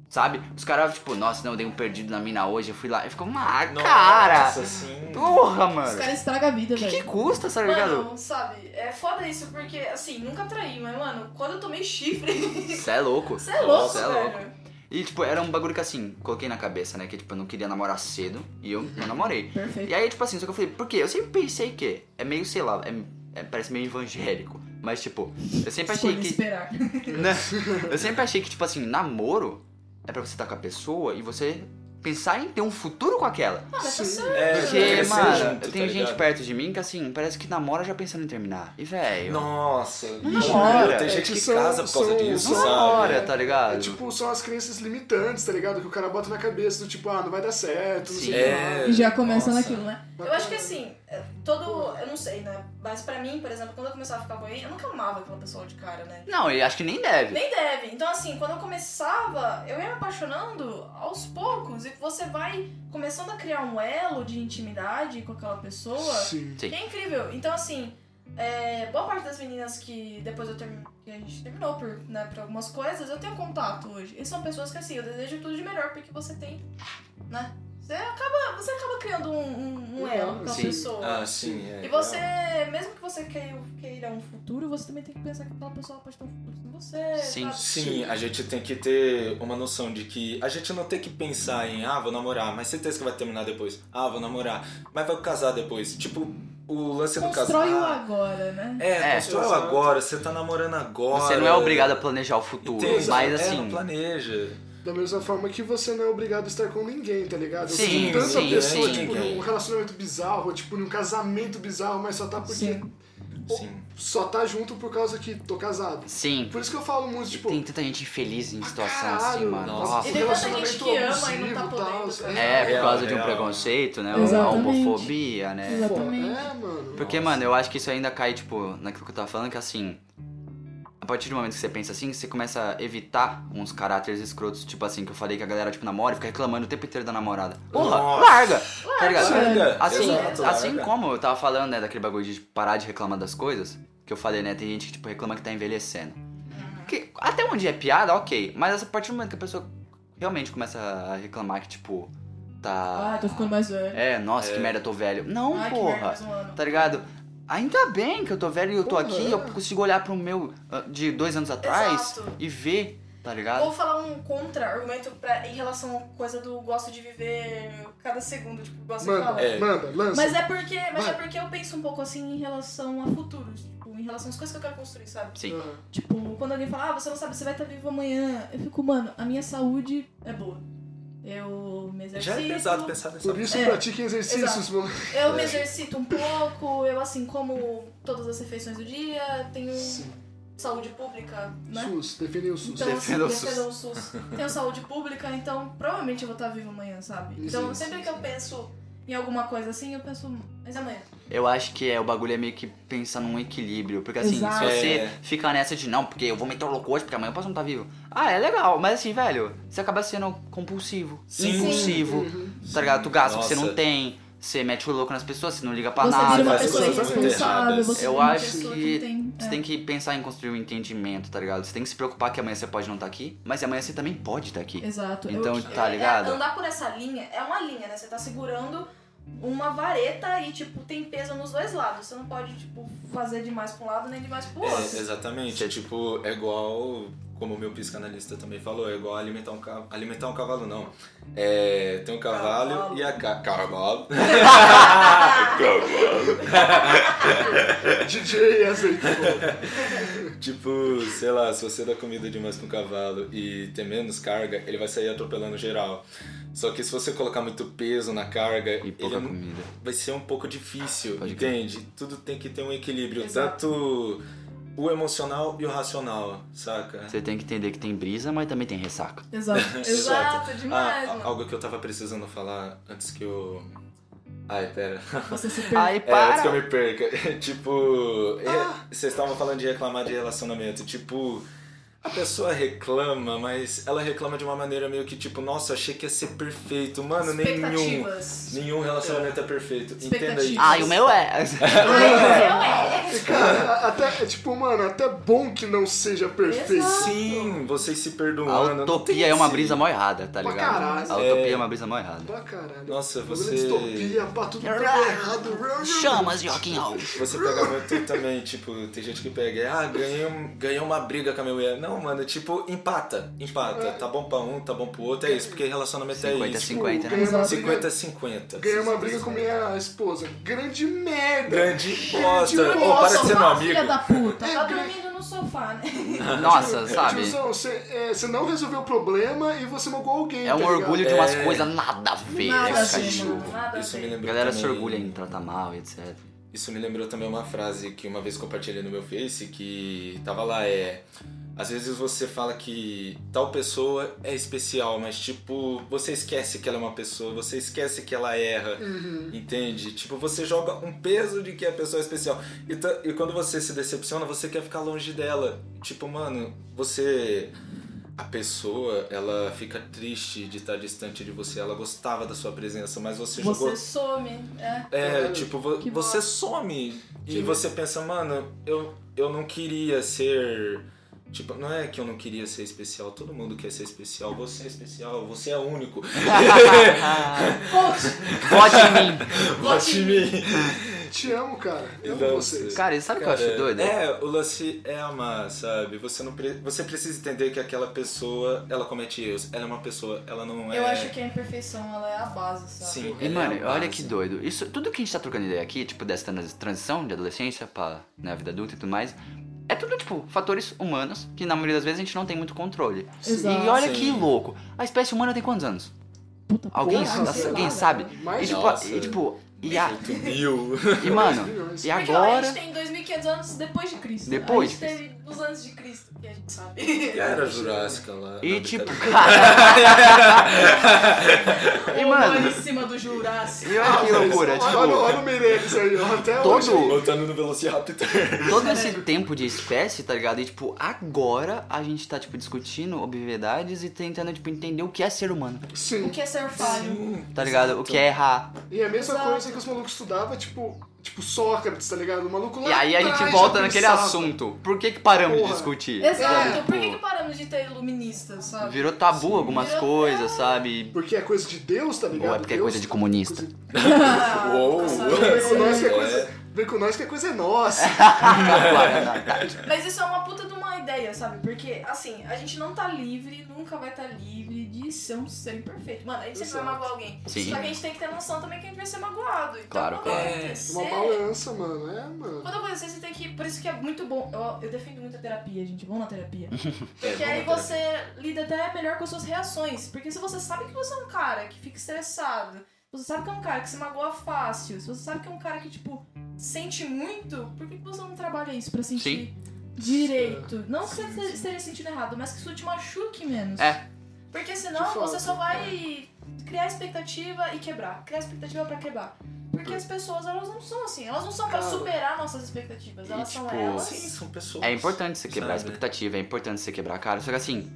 S3: Sabe? Os caras, tipo, nossa, não, eu dei um perdido na mina hoje, eu fui lá. E ficou, ah, cara!
S4: Nossa, sim.
S3: Porra,
S1: Os
S3: mano!
S1: caras estragam a vida,
S3: O que, que
S1: velho.
S3: custa, tá ligado?
S1: Mano, sabe, é foda isso, porque, assim, nunca traí, mas, mano, quando eu tomei chifre,
S3: Você é louco.
S1: você é louco,
S3: Cê
S1: velho.
S3: E, tipo, era um bagulho que, assim, coloquei na cabeça, né? Que, tipo, eu não queria namorar cedo e eu não namorei.
S1: Perfeito.
S3: E aí, tipo assim, só que eu falei, por quê? Eu sempre pensei que é meio, sei lá, é- é- parece meio evangélico. Mas, tipo, eu sempre achei
S1: Escolhi
S3: que.
S1: esperar.
S3: né? Eu sempre achei que, tipo assim, namoro é pra você estar com a pessoa e você pensar em ter um futuro com aquela.
S1: Ah, mas tá
S2: Sim.
S1: certo.
S4: É,
S3: Porque,
S4: crescer
S3: mano,
S4: junto,
S3: eu tenho
S4: tá
S3: gente
S4: ligado?
S3: perto de mim que, assim, parece que namora já pensando em terminar. E, velho. Não
S4: Nossa,
S3: Não
S4: bicho,
S3: namora.
S4: meu, tem
S2: É
S4: gente
S2: que
S4: que
S2: são-
S4: casa por causa
S2: são-
S4: disso,
S2: são-
S4: sabe?
S3: namora, tá ligado?
S2: É tipo, são as crenças limitantes, tá ligado? Que o cara bota na cabeça do tipo, ah, não vai dar certo, não
S3: Sim.
S2: sei o que lá.
S4: É,
S1: E já começa
S4: nossa.
S1: naquilo, né? Eu acho que assim, é, todo. Eu não sei, né? Mas pra mim, por exemplo, quando eu começava a ficar com alguém, eu nunca amava aquela pessoa de cara, né?
S3: Não, eu acho que nem deve.
S1: Nem deve. Então, assim, quando eu começava, eu ia me apaixonando aos poucos. E você vai começando a criar um elo de intimidade com aquela pessoa.
S2: Sim.
S3: Sim.
S1: Que é incrível. Então, assim, é, boa parte das meninas que depois eu termi- que a gente terminou por, né, por algumas coisas, eu tenho contato hoje. E são pessoas que, assim, eu desejo tudo de melhor, porque você tem, né? Você acaba, você acaba criando um, um, um elo com a
S2: Sim.
S1: pessoa.
S4: Ah, sim, é.
S1: E você, mesmo que você queira, queira um futuro, você também tem que pensar que aquela pessoa pode ter um futuro sem você.
S3: Sim.
S1: sabe?
S4: Sim, a gente tem que ter uma noção de que a gente não tem que pensar em, ah, vou namorar, mas certeza que vai terminar depois. Ah, vou namorar, mas vai casar depois. Tipo, o lance do casar.
S1: Constrói o agora, né?
S4: É,
S3: É,
S4: constrói o
S2: exato.
S4: agora, você tá namorando agora.
S3: Você não é obrigado a planejar o futuro,
S4: Entende?
S3: mas
S4: É, não
S3: assim.
S4: planeja.
S2: Da mesma forma que você não é obrigado a estar com ninguém, tá ligado? Eu
S3: Sim,
S2: vejo tanta
S3: sim,
S2: pessoa,
S3: sim,
S2: tipo,
S4: sim.
S2: num relacionamento bizarro, tipo, num casamento bizarro, mas só tá porque.
S1: Sim.
S4: Sim.
S2: Só tá junto por causa que tô casado.
S3: Sim.
S2: Por isso que eu falo muito, tipo.
S3: Tem tanta gente infeliz em
S2: "Ah,
S3: situação
S2: caralho,
S3: assim, mano.
S4: nossa.
S3: Nossa.
S1: E tem tanta gente que ama e não tá
S2: relacionamento
S1: podendo,
S2: tal,
S1: tá
S3: É, por
S4: Real,
S3: causa de um
S4: real.
S3: preconceito, né? Uma
S1: Exatamente.
S3: homofobia, né?
S2: Pô,
S1: Exatamente.
S2: É, mano.
S3: Porque, mano, eu acho que isso ainda cai, tipo, naquilo que eu tava falando, que assim. A partir do momento que você pensa assim, você começa a evitar uns caráteres escrotos, tipo assim, que eu falei que a galera, tipo, namora e fica reclamando o tempo inteiro da namorada. Porra,
S4: Nossa.
S3: larga! Tá ligado?
S4: Larga,
S3: Assim,
S4: exato,
S3: assim
S1: é.
S4: larga.
S3: como eu tava falando, né, daquele bagulho de parar de reclamar das coisas, que eu falei, né, tem gente que, tipo, reclama que tá envelhecendo.
S1: Uhum.
S3: Que, até onde é piada, ok. Mas a partir do momento que a pessoa realmente começa a reclamar que, tipo, tá...
S1: Ah, tô ficando mais velho.
S3: É, nossa, que
S4: É.
S3: merda, eu tô velho. Não,
S1: Ai, que merda,
S3: porra.
S1: mais um ano.
S3: Tá ligado? Ainda bem que eu tô velho e eu tô
S2: Porra,
S3: aqui,
S2: é.
S3: eu consigo olhar pro meu ah, de dois anos atrás
S1: Exato.
S3: e ver, tá ligado?
S1: Vou falar um contra-argumento pra- em relação à coisa do gosto de viver cada segundo, tipo, gosto de
S2: Manda,
S1: falar.
S4: É.
S2: manda, lança.
S1: Mas é porque. Mas é
S2: Vai.
S1: porque eu penso um pouco assim em relação a futuros, tipo, em relação às coisas que eu quero construir, sabe?
S3: Sim.
S2: Aham.
S1: Tipo, quando alguém fala, ah, você não sabe se vai estar vivo amanhã, eu fico, mano, a minha saúde é boa. Eu me exercito.
S4: Já é pesado pensar nessa
S2: Por isso,
S1: É.
S2: pratique exercícios, mano.
S1: Eu me exercito um pouco, eu assim como todas as refeições do dia, tenho
S2: Sim.
S1: saúde pública, né?
S2: SUS, definem o SUS.
S1: Então, assim,
S3: Defenda o SUS.
S1: defenda o SUS. Tenho saúde pública, então provavelmente eu vou estar vivo amanhã, sabe? Então,
S2: Sim,
S1: sempre
S4: sim,
S1: que eu
S4: sim.
S1: penso em alguma coisa assim, eu penso, mas amanhã.
S3: Eu acho que é, o bagulho é meio que pensar num equilíbrio. Porque assim,
S1: Exato.
S3: se você
S4: É.
S3: ficar nessa de não, porque eu vou meter o louco hoje, porque amanhã eu posso não estar vivo. Ah, é legal, mas assim, velho, você acaba sendo compulsivo,
S4: Sim.
S3: impulsivo,
S2: Uhum.
S3: tá ligado? Tu gasta o que
S4: Nossa.
S3: você não tem, você mete o louco nas pessoas, você não liga pra
S1: Você
S3: nada.
S1: vira uma
S4: faz
S1: pessoa É.
S4: coisas muito
S1: irresponsável,
S4: erradas.
S1: você
S3: Eu
S1: vira uma
S3: acho
S1: pessoa
S3: que
S1: que tem.
S3: Você tem que pensar em construir um entendimento, tá ligado? Você tem que se preocupar que amanhã você pode não estar aqui, mas amanhã você também pode estar aqui.
S1: Exato.
S3: Então,
S1: Eu-
S3: tá
S1: é-
S3: ligado?
S1: é- andar por essa linha é uma linha, né? Você tá segurando uma vareta e, tipo, tem peso nos dois lados. Você não pode, tipo, fazer demais pra um lado nem demais pro outro.
S4: É, exatamente. É tipo, é igual, como o meu psicanalista também falou, é igual alimentar um cavalo. Alimentar um cavalo, não. É, tem um cavalo,
S1: Cavalo.
S4: e a ca... cavalo.
S2: DJ aceitou.
S4: tipo, sei lá, se você dá comida demais pra um cavalo e tem menos carga, ele vai sair atropelando geral. Só que se você colocar muito peso na carga,
S3: E pouca
S4: É. ele não-
S3: comida.
S4: vai ser um pouco difícil,
S3: Pode crer.
S4: entende? Tudo tem que ter um equilíbrio,
S1: Exato.
S4: tanto o emocional e o racional, saca?
S3: Você tem que entender que tem brisa, mas também tem ressaca.
S1: Exato. Exato, demais,
S4: Ah,
S1: mano.
S4: algo que eu tava precisando falar antes que eu. Ai, pera.
S1: Você se perdeu.
S3: Aí
S4: É, antes que eu
S3: para!
S4: me perca. tipo,
S1: Ah.
S4: é, vocês estavam falando de reclamar de relacionamento. Tipo, a pessoa reclama, mas ela reclama de uma maneira meio que tipo, nossa, achei que ia ser perfeito. Mano, nenhum.
S1: Expectativas.
S4: Nenhum relacionamento é perfeito. Entenda
S1: Expectativas.
S4: isso.
S3: Ai, o meu é.
S1: Ai, eu é.
S2: Cara, até, é tipo, mano, até bom que não seja perfeito.
S1: Exato.
S4: Sim, vocês se
S3: A
S4: perdoando. não tem
S3: utopia é uma
S4: esse-
S3: brisa mó errada, tá
S2: Pra
S3: ligado?
S2: caralho.
S3: A utopia é uma brisa mó errada.
S2: Pra caralho.
S4: Nossa,
S2: Bagulho
S4: você-
S2: de Distopia, pá, tudo tá errado.
S3: Chamas de rock'n'roll.
S4: Você pega muito também, tipo, tem gente que pega, ah, ganhei, um- ganhei uma briga com a minha mulher. Não, mano, tipo, empata, empata. Tá bom pra um, tá bom pro outro, é isso, porque relacionamento é
S3: 50
S4: isso.
S3: 50, né?
S2: Ganhei Tipo, uma briga,
S4: 50 50.
S2: ganhei uma briga com minha esposa. Grande merda.
S4: Grande bosta.
S2: Grande
S4: Ô, para
S2: bosta,
S4: de ser é meu amigo.
S1: Filha da puta.
S2: É,
S1: Tá
S2: bem.
S1: dormindo no sofá, né?
S3: Nossa, sabe?
S2: Tiozão, você é, você não resolveu o problema e você magoou alguém.
S3: É um
S2: tá ligado?
S3: orgulho de umas
S4: É.
S3: coisas nada a ver,
S1: Nada a ver,
S3: cachorro.
S1: mano. Nada a
S4: Isso me
S1: ver.
S3: A
S4: lembrou
S3: galera se
S4: também-
S3: orgulha em tratar mal, etc.
S4: Isso me lembrou também uma frase que uma vez compartilhei no meu Face, que tava lá, é... Às vezes você fala que tal pessoa é especial, mas tipo, você esquece que ela é uma pessoa, você esquece que ela erra, entende? Tipo, você joga um peso de que a pessoa é especial. E, ta- e quando você se decepciona, você quer ficar longe dela. Tipo, mano, você... A pessoa, ela fica triste de estar distante de você, ela gostava da sua presença, mas você, jogou
S1: Você some. É.
S4: é,
S2: Caralho,
S4: tipo, vo-
S1: que
S4: você
S1: bosta.
S4: some
S2: Que
S4: e você pensa, mano, eu, eu não queria ser. Tipo, não é que eu não queria ser especial, todo mundo quer ser especial, você é especial, você é único.
S1: Coach,
S3: Vote em mim.
S4: Vote em mim.
S2: Te amo, cara. Eu
S4: Então,
S2: amo vocês.
S3: Cara, e sabe o que eu
S4: Cara,
S3: acho doido? né?
S4: É, o lance é amar, sabe? Você não pre- você precisa entender que aquela pessoa, ela comete erros. Ela é uma pessoa, ela não é.
S1: eu acho que a imperfeição ela é a base, sabe?
S4: Sim.
S3: E,
S4: ela é
S3: mano,
S4: a
S3: olha
S4: base.
S3: que doido. Isso, tudo que a gente tá trocando ideia aqui, tipo, dessa trans- transição de adolescência pra né, vida adulta e tudo mais, é tudo, tipo, fatores humanos que na maioria das vezes a gente não tem muito controle.
S1: Exato.
S2: Ah,
S3: E olha
S4: Sim.
S3: que louco. A espécie humana tem quantos anos?
S1: Puta
S3: Alguém,
S2: Porra,
S3: sa-
S2: sei
S3: alguém
S1: lá,
S3: sabe?
S1: velho.
S3: E,
S2: Mais
S3: tipo,
S4: Nossa.
S3: e, tipo, e, a-
S4: Muito mil.
S3: e,
S2: dois
S3: mano,
S2: milhões.
S3: e
S1: Porque ó, a
S3: agora...
S1: gente tem 2.500 anos depois de Cristo. A
S3: Depois
S1: gente
S3: de Cristo.
S1: teve os anos de Cristo, que a gente sabe.
S4: Era Jurássica lá.
S3: E
S4: na
S3: tipo,
S4: brincadeira.
S3: cara. e
S1: Humano
S3: mano,
S1: em cima do Jurássico.
S3: e olha Ah, que loucura,
S2: Olha, olha, olha
S3: tipo,
S2: o Meirelles aí, ó, até hoje.
S3: todo,
S4: Voltando tá no Velociraptor.
S3: todo esse tempo de espécie, tá ligado? E tipo, agora a gente tá, tipo, discutindo obviedades e tentando, tipo, entender o que é ser humano,
S1: O
S2: Sim.
S1: que é ser falho?
S3: tá ligado? O que é errar.
S2: E a mesma
S1: Exato.
S2: coisa que os malucos estudavam, tipo, tipo Sócrates, tá ligado? O maluco lá
S3: E aí a gente
S2: atrás
S3: volta
S2: já um
S3: naquele
S2: pensava.
S3: assunto. Por que que paramos de
S2: Porra. É.
S3: discutir?
S1: Exato.
S3: Tipo,
S1: Por que, que paramos de ter iluministas, sabe?
S3: Virou tabu algumas
S1: Virou-
S3: coisas, sabe?
S2: Porque é coisa de Deus, tá ligado?
S3: Ou é porque é
S2: Deus-
S3: coisa de comunista.
S2: coisa-
S1: Ah,
S4: Uou.
S2: Vem com nós que
S1: Sabe?
S2: é coisa, vem com nós que é coisa nossa.
S1: Mas isso é uma puta de uma ideia, sabe? Porque, assim, a gente não tá livre, nunca vai estar livre de ser um ser imperfeito. Mano, a gente sempre vai
S2: Exato.
S1: magoar alguém.
S3: Sim.
S1: Só que a gente tem que ter noção também que a gente vai ser magoado. Então,
S3: Claro,
S1: quando
S3: claro.
S1: acontecer,
S2: Uma balança, mano. É, mano.
S1: Quando acontecer, você tem que. Por isso que é muito bom. Eu, eu defendo muito a terapia, gente. Vamos na terapia.
S4: É,
S1: Porque
S4: vamos
S1: aí
S4: na
S1: você lida até melhor com as suas reações. Porque se você sabe que você é um cara que fica estressado, você sabe que é um cara que se magoa fácil, se você sabe que é um cara que, tipo, sente muito, por que que você não trabalha isso pra sentir direito? Não que você esteja sentindo errado, mas que isso te machuque menos.
S3: É.
S1: Porque senão
S2: De fato, é.
S1: você só vai criar expectativa e quebrar. Criar expectativa pra quebrar. Porque as pessoas, elas não são assim. Elas não são pra
S2: Cara.
S1: superar nossas expectativas.
S3: E,
S1: Elas
S3: tipo,
S1: são elas.
S4: Sim, são pessoas.
S3: É importante você quebrar a
S4: Sabe?
S3: expectativa, é importante você quebrar a cara. Só que assim,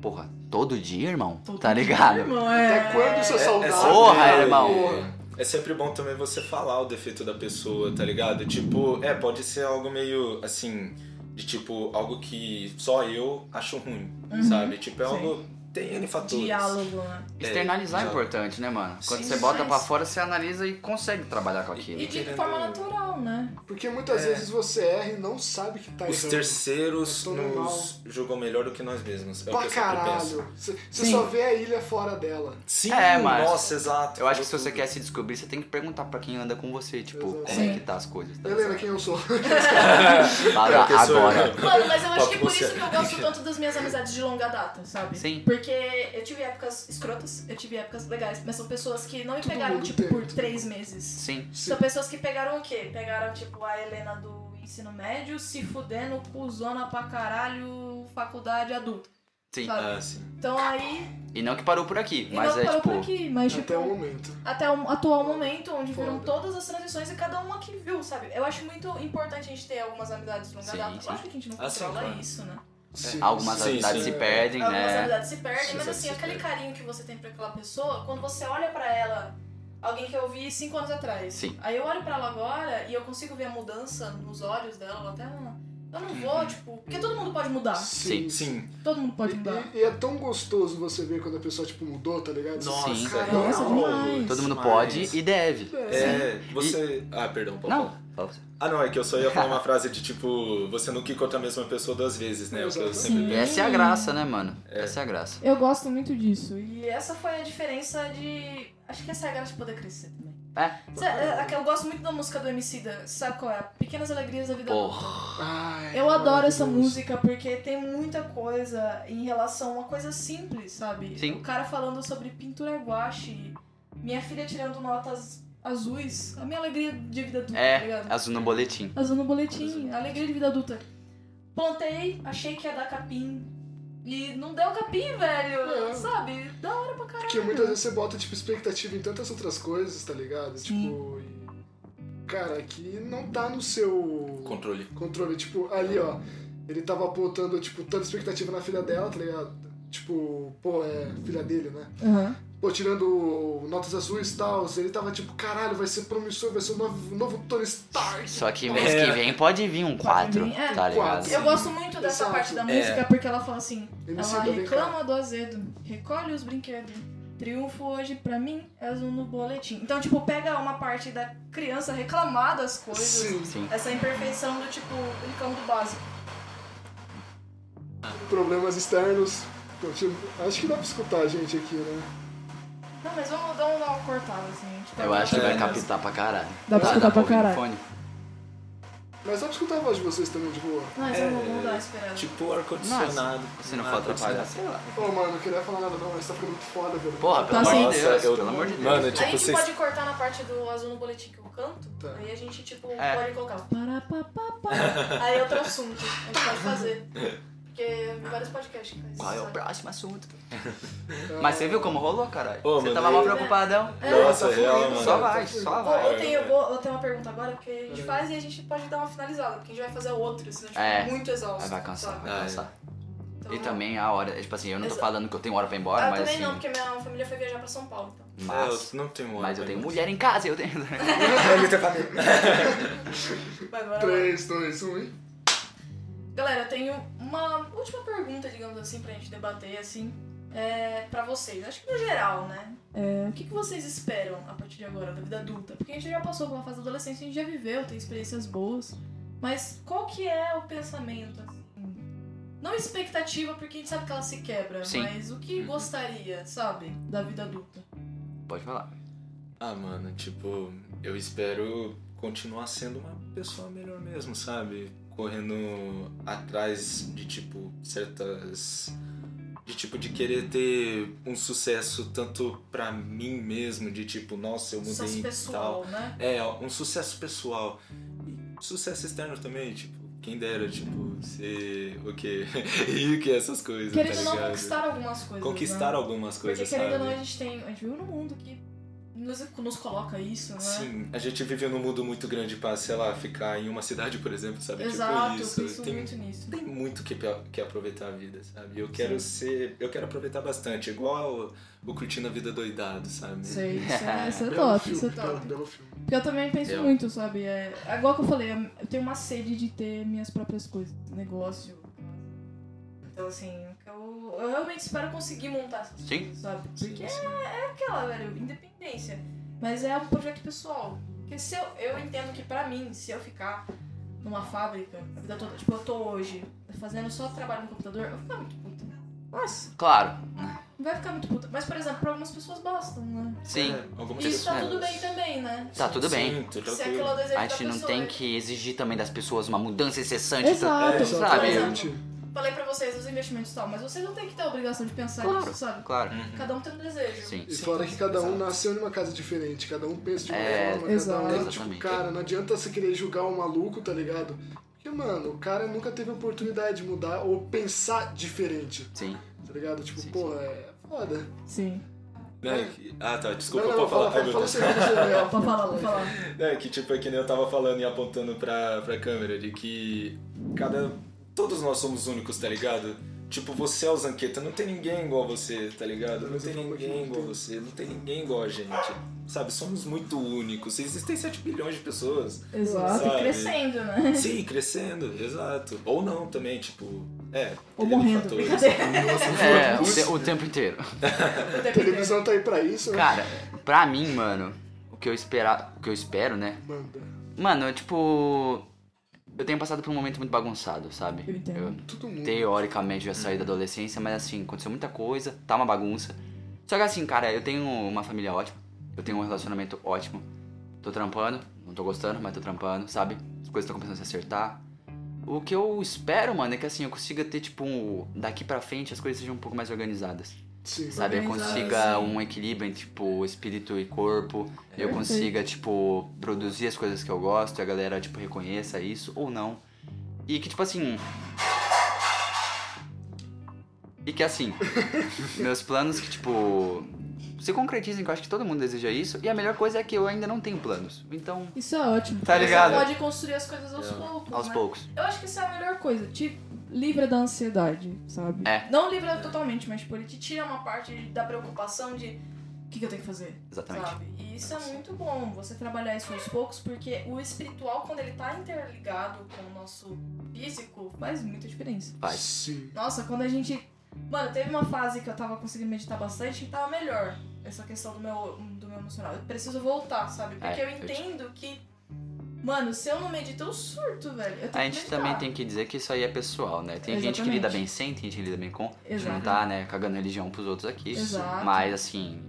S3: porra, todo dia, irmão, tá ligado?
S1: Irmão,
S2: Até quando isso é saudável?
S3: Porra,
S2: né?
S3: irmão.
S2: Porra.
S4: É sempre bom também você falar o defeito da pessoa, tá ligado? Tipo, é, pode ser algo meio assim, de tipo, algo que só eu acho ruim,
S1: Uhum.
S4: sabe? Tipo, é
S1: Sim.
S4: algo Tem N fatores.
S1: diálogo, né?
S3: Externalizar é,
S4: já-
S3: importante, né, mano? Quando
S4: Sim,
S3: você bota
S1: mas-
S3: pra fora, você analisa e consegue trabalhar com aquilo.
S1: E de
S4: Querendo-
S1: forma natural, né?
S2: Porque muitas vezes você erra e não sabe que tá
S4: Os
S2: errando.
S1: É
S4: terceiros
S2: Eu tô normal.
S4: nos julgam melhor do que nós mesmos. É o que
S2: Pra
S4: eu sempre penso.
S2: caralho. Você você só vê a ilha fora dela.
S4: Sim,
S3: É, mas-
S4: nossa, exato.
S3: Eu acho que se
S4: Falou
S3: você
S4: tudo.
S3: quer se descobrir, você tem que perguntar pra quem anda com você, tipo,
S2: Exato.
S3: como é
S1: Sim.
S3: que tá as coisas. Tá?
S2: Helena, quem eu sou?
S3: Fala
S4: É, Eu que sou-
S3: agora.
S1: Mano, mas
S3: Tá
S1: eu acho que é
S4: Papo
S1: por
S4: você.
S1: isso que eu gosto tanto das minhas amizades de longa data, sabe?
S3: Sim.
S1: Porque eu tive épocas escrotas, eu tive épocas legais, mas são pessoas que não me
S2: Todo
S1: pegaram,
S2: mundo
S1: tipo,
S2: tem,
S1: por
S2: todo
S1: três meses.
S3: Sim.
S1: São pessoas que pegaram o quê? Pegaram, tipo, a Helena do ensino médio, se fudendo, cuzona pra caralho, faculdade adulta.
S3: Sim.
S1: Sabe?
S4: Ah, sim.
S1: Então aí,
S3: E não que parou por aqui,
S1: e
S3: mas
S1: não
S3: é
S1: parou por
S3: tipo.
S1: aqui, mas tipo,
S2: Até o momento.
S1: até o atual momento, onde viram
S2: Foda.
S1: todas as transições e cada uma que viu, sabe? Eu acho muito importante a gente ter algumas amizades de longa
S3: Sim,
S1: data.
S3: sim.
S1: Lógico que a gente não
S4: Ah, sim,
S1: controla
S4: claro.
S1: isso, né?
S2: Sim,
S3: É, Algumas
S4: Sim,
S3: amizades
S4: sim.
S3: se perdem,
S1: Algumas
S3: né?
S1: amizades se perdem, mas
S4: Exato,
S1: assim,
S4: se
S1: aquele
S4: perde.
S1: carinho que você tem pra aquela pessoa, quando você olha pra ela, alguém que eu vi cinco anos atrás,
S3: Sim.
S1: aí eu olho pra ela agora e eu consigo ver a mudança nos olhos dela, ela até. "Ah, Eu não vou, tipo. Porque todo mundo pode mudar.
S3: Sim.
S4: Sim.
S1: Todo mundo pode
S2: E-
S1: mudar.
S2: E, e é tão gostoso você ver quando a pessoa, tipo, mudou, tá ligado?
S4: Nossa,
S3: Sim.
S4: é
S1: Nossa,
S4: real.
S1: demais.
S3: Todo mundo
S4: Mas-
S3: pode e deve.
S4: É, você. Ah, perdão, Paulo.
S3: Não. Fala pra você.
S4: Ah, não, é que eu só ia falar uma frase de tipo, você não quica outra mesma pessoa duas vezes, né? O que eu
S2: Sim.
S4: sempre
S3: E essa é a graça, né, mano? Essa é a graça.
S1: Eu gosto muito disso. E essa foi a diferença de. Acho que essa é a graça de poder crescer também.
S3: É.
S1: Cê- é, é, Eu gosto muito da música do MC Dan. Sabe qual é? Pequenas Alegrias da Vida Adulta.
S3: Porra.
S2: Ai,
S1: Eu adoro essa
S2: maravilhoso.
S1: música porque tem muita coisa em relação a uma coisa simples, sabe?
S3: Sim.
S1: O cara falando sobre pintura guache, minha filha tirando notas azuis, a minha alegria de vida adulta, tá
S3: É,
S1: ligado?
S3: azul no boletim.
S1: Azul no boletim, a alegria de vida adulta. Plantei, achei que ia dar capim. E não deu capim, velho.
S2: É.
S1: Sabe? Da hora pra caralho.
S2: Porque muitas vezes você bota, tipo, expectativa em tantas outras coisas, tá ligado?
S1: Sim.
S2: Tipo, e- cara, que não tá no seu
S4: Controle.
S2: controle. Tipo, ali, ó, ele tava apontando, tipo, tanta expectativa na filha dela, tá ligado? Tipo, pô, é filha dele, né?
S1: Aham.
S2: Pô, tirando notas azuis e tal, ele tava tipo, caralho, vai ser promissor, vai ser o novo, novo Tony Stark.
S3: Só que mês
S4: É.
S3: que vem pode vir um 4,
S1: vir, é.
S3: tá ligado?
S2: Quatro.
S4: Assim,
S1: Eu gosto muito dessa
S2: Exato.
S4: É.
S1: parte da música porque ela fala assim:
S2: MC
S1: ela
S2: do Vem
S1: reclama do azedo, recolhe os brinquedos. Triunfo hoje pra mim é azul no boletim. Então, tipo, pega uma parte da criança reclamar das coisas,
S2: Sim,
S3: Sim.
S1: essa imperfeição do tipo, reclamo do básico.
S2: problemas externos. Continu- Acho que dá pra escutar a gente aqui, né?
S1: Não, mas vamos dar uma cortada assim. a gente tá
S3: Eu acho que vai
S4: É.
S3: captar pra caralho. Tá,
S1: Dá pra escutar pra
S3: ouvir no
S1: caralho.
S3: fone.
S2: Mas dá pra escutar a voz de vocês também de boa.
S1: Mas
S4: É.
S1: tipo, vamos, vamos dar uma esperada.
S4: Tipo ar-condicionado.
S3: Se não
S4: Ah,
S3: for
S4: tá
S3: atrapalhar,
S4: certo.
S3: sei lá.
S2: Ô, mano, não queria falar nada não, mas tá ficando muito foda, velho.
S3: Porra, pelo
S1: Tá sim.
S3: amor de Deus,
S4: Nossa, eu-
S3: pelo amor de Deus.
S4: Mano,
S1: a gente
S4: tipo, vocês-
S1: pode cortar na parte do azul no boletim que eu canto,
S2: Tá.
S1: aí a gente, tipo,
S3: É.
S1: pode colocar. Pará, pá, pá, pá. aí é outro assunto, a gente pode fazer. Porque eu vi vários podcasts que fazem
S3: Qual é
S1: isso,
S3: o
S1: sabe?
S3: próximo assunto? Mas você viu como rolou, caralho?
S4: Ô,
S3: você
S4: mano,
S3: tava mal
S4: e-
S3: preocupadão.
S4: Nossa,
S2: É. Tá
S4: real,
S2: fluindo,
S4: mano.
S3: Só
S2: tá
S3: vai,
S2: fluindo.
S3: só
S1: Ô,
S3: vai.
S1: eu, tenho, eu vou, eu tenho uma pergunta agora, porque a gente faz e a gente pode dar uma finalizada, porque a gente vai fazer outro, senão a gente
S3: É.
S1: fica muito exausto.
S3: Aí vai cansar,
S1: sabe?
S3: vai
S4: Ah,
S3: cansar.
S1: Então,
S3: E também a hora, é, tipo assim, eu não tô
S1: Exa-
S3: falando que eu tenho hora pra ir embora,
S1: Ah, eu
S3: mas
S1: também
S3: assim.
S1: não, porque minha família foi viajar pra São Paulo, então.
S3: Mas,
S4: É, eu não tenho hora.
S3: mas eu
S4: pra
S3: tenho
S4: isso.
S3: mulher em casa, eu tenho.
S1: Vai, vai, vai.
S2: 3, 2, 1 e...
S1: Galera, eu tenho uma última pergunta, digamos assim, pra gente debater, assim, é, pra vocês. Acho que no geral, né? É, o que, que vocês esperam a partir de agora da vida adulta? Porque a gente já passou pela fase da adolescência, a gente já viveu, tem experiências boas. Mas qual que é o pensamento, assim? Não expectativa, porque a gente sabe que ela se quebra,
S3: Sim.
S1: mas o que
S4: Uhum.
S1: gostaria, sabe, da vida adulta?
S3: Pode falar.
S4: Ah, mano, tipo, eu espero continuar sendo uma pessoa melhor mesmo, sabe? Correndo atrás de, tipo, certas. De, tipo, de querer ter um sucesso tanto pra mim mesmo, de tipo, nossa, eu mudei
S1: Sucesso
S4: e
S1: pessoal, né?
S4: tal. É, um sucesso pessoal. E sucesso externo também, tipo, quem dera, tipo, ser o quê? Rico e essas coisas.
S1: Querendo
S4: tá
S1: ou não
S4: ligado?
S1: conquistar algumas coisas.
S4: Conquistar
S1: né?
S4: algumas coisas,
S1: Porque querendo ou
S4: sabe?
S1: não, a gente tem. A gente vive num mundo que nos, nos coloca isso, né?
S4: Sim, a gente vive num mundo muito grande pra, sei lá, ficar em uma cidade, por exemplo, sabe?
S1: Exato, eu
S4: tipo isso.
S1: penso
S4: Tem,
S1: muito nisso.
S4: tem muito que, pe- que aproveitar a vida, sabe? Eu quero ser. Eu quero aproveitar bastante, igual o Curtindo a Vida Doidado, sabe?
S1: Sei, isso é, isso é
S4: um
S2: Belo
S1: top,
S2: um filme,
S1: isso é
S2: belo,
S4: tá?
S1: top.
S2: belo filme.
S1: Porque eu também penso
S4: Eu-
S1: muito, sabe? É, é igual que eu falei, eu tenho uma sede de ter minhas próprias coisas, negócio. casa. Então, assim, o que eu, eu realmente espero conseguir montar essas
S3: Sim.
S1: coisas, sabe?
S4: Sim,
S1: Porque
S4: sim.
S1: é aquela, velho, independência. Mas é um projeto pessoal. Porque se eu, eu entendo que pra mim, se eu ficar numa fábrica, a vida toda, tipo, eu tô hoje fazendo só trabalho no computador, eu vou ficar muito puta. Nossa,
S3: Claro.
S1: vai ficar muito puta. Mas, por exemplo, pra algumas pessoas gostam, né?
S3: Sim.
S4: Algumas
S1: E isso tá
S3: pessoas-
S1: tudo bem também, né?
S3: Tá tudo bem.
S4: assim. Sim, tudo
S1: Se
S4: tranquilo.
S1: aquilo é o desejo
S3: A
S1: da
S3: gente não
S1: pessoa.
S3: tem que exigir também das pessoas uma mudança incessante.
S1: Exato.
S3: É, sabe?
S2: Exatamente.
S1: Falei pra vocês os investimentos e tal, mas vocês não têm que ter a obrigação de pensar
S3: Claro.
S1: nisso, sabe?
S3: Claro.
S4: Uhum.
S1: Cada um tem um desejo.
S3: Sim.
S2: E fora que cada um nasceu numa casa diferente, cada um pensa de uma
S3: É,
S2: forma, cada um é tipo,
S3: exatamente.
S2: cara, não adianta você querer julgar um maluco, tá ligado? Porque, mano, o cara nunca teve oportunidade de mudar ou pensar diferente,
S3: Sim.
S2: tá ligado? Tipo,
S3: Sim,
S2: porra, é foda.
S1: Sim.
S4: Não, é que- Ah, tá, desculpa,
S2: não,
S4: eu
S2: não,
S4: pode falar.
S2: fala,
S4: Ai,
S2: fala,
S4: meu
S2: fala
S4: Deus.
S2: você, fala você,
S1: Pode falar, pode falar.
S4: Não, é que tipo, é que nem eu tava falando e apontando pra, pra câmera, de que cada. Todos nós somos únicos, tá ligado? Tipo, você é o Zanqueta, não tem ninguém igual a você, tá ligado? Não tem ninguém igual a você, não tem ninguém igual a gente. Sabe, somos muito únicos. Existem 7 bilhões de pessoas.
S1: Exato.
S4: Sabe?
S1: E crescendo, né?
S4: Sim, crescendo, exato. Ou não também, tipo. É,
S1: Ou
S4: tem
S1: morrendo.
S4: fatores.
S3: É, o, te- o tempo inteiro.
S2: A televisão tá aí pra isso, né?
S3: Cara, pra mim, mano, o que eu esperar. O que eu espero, né?
S2: Manda.
S3: Mano, eu, tipo. Eu tenho passado por um momento muito bagunçado, sabe?
S1: Eu entendo.
S2: Todo mundo.
S3: teoricamente já saí da adolescência, mas assim, aconteceu muita coisa, tá uma bagunça. Só que assim, cara, eu tenho uma família ótima, eu tenho um relacionamento ótimo. Tô trampando, não tô gostando, mas tô trampando, sabe? As coisas estão começando a se acertar. O que eu espero, mano, é que assim, eu consiga ter, tipo, um- daqui pra frente as coisas sejam um pouco mais organizadas.
S2: Sim.
S3: Sabe? Eu
S1: Organizadas,
S3: consiga
S1: sim.
S3: um equilíbrio entre, tipo, espírito e
S1: É
S3: corpo. Eu
S1: Perfeito.
S3: consiga, tipo, produzir as coisas que eu gosto, e a galera, tipo, reconheça isso ou não. E que, tipo assim. E que assim, meus planos que, tipo. Se concretizem, que eu acho que todo mundo deseja isso. E a melhor coisa é que eu ainda não tenho planos. Então,
S1: Isso é ótimo.
S3: Tá ligado?
S1: Você pode construir as coisas aos
S4: É.
S1: poucos.
S3: aos
S1: né?
S3: poucos.
S1: Eu acho que isso é a melhor coisa. Te livra da ansiedade, sabe?
S3: É.
S1: Não livra totalmente, mas tipo, ele te tira uma parte da preocupação de o que, que eu tenho que fazer,
S3: Exatamente.
S1: sabe? E isso é muito bom, você trabalhar isso aos poucos, porque o espiritual, quando ele tá interligado com o nosso físico, faz muita diferença.
S3: Faz.
S2: Sim.
S1: Nossa, quando a gente. Mano, teve uma fase que eu tava conseguindo meditar bastante e tava melhor. Essa questão do meu, do meu emocional. Eu preciso voltar, sabe? Porque
S3: É,
S1: eu
S3: eu te-
S1: entendo que. Mano, se eu não medito, eu surto, velho. Eu tenho
S3: A
S1: que
S3: gente
S1: meditar.
S3: também tem que dizer que isso aí é pessoal, né? Tem gente que
S1: Exatamente.
S3: lida bem sem, tem gente que lida bem com. A gente não
S1: Exato.
S3: tá, né, cagando religião pros outros aqui.
S1: Exato.
S3: Mas, assim.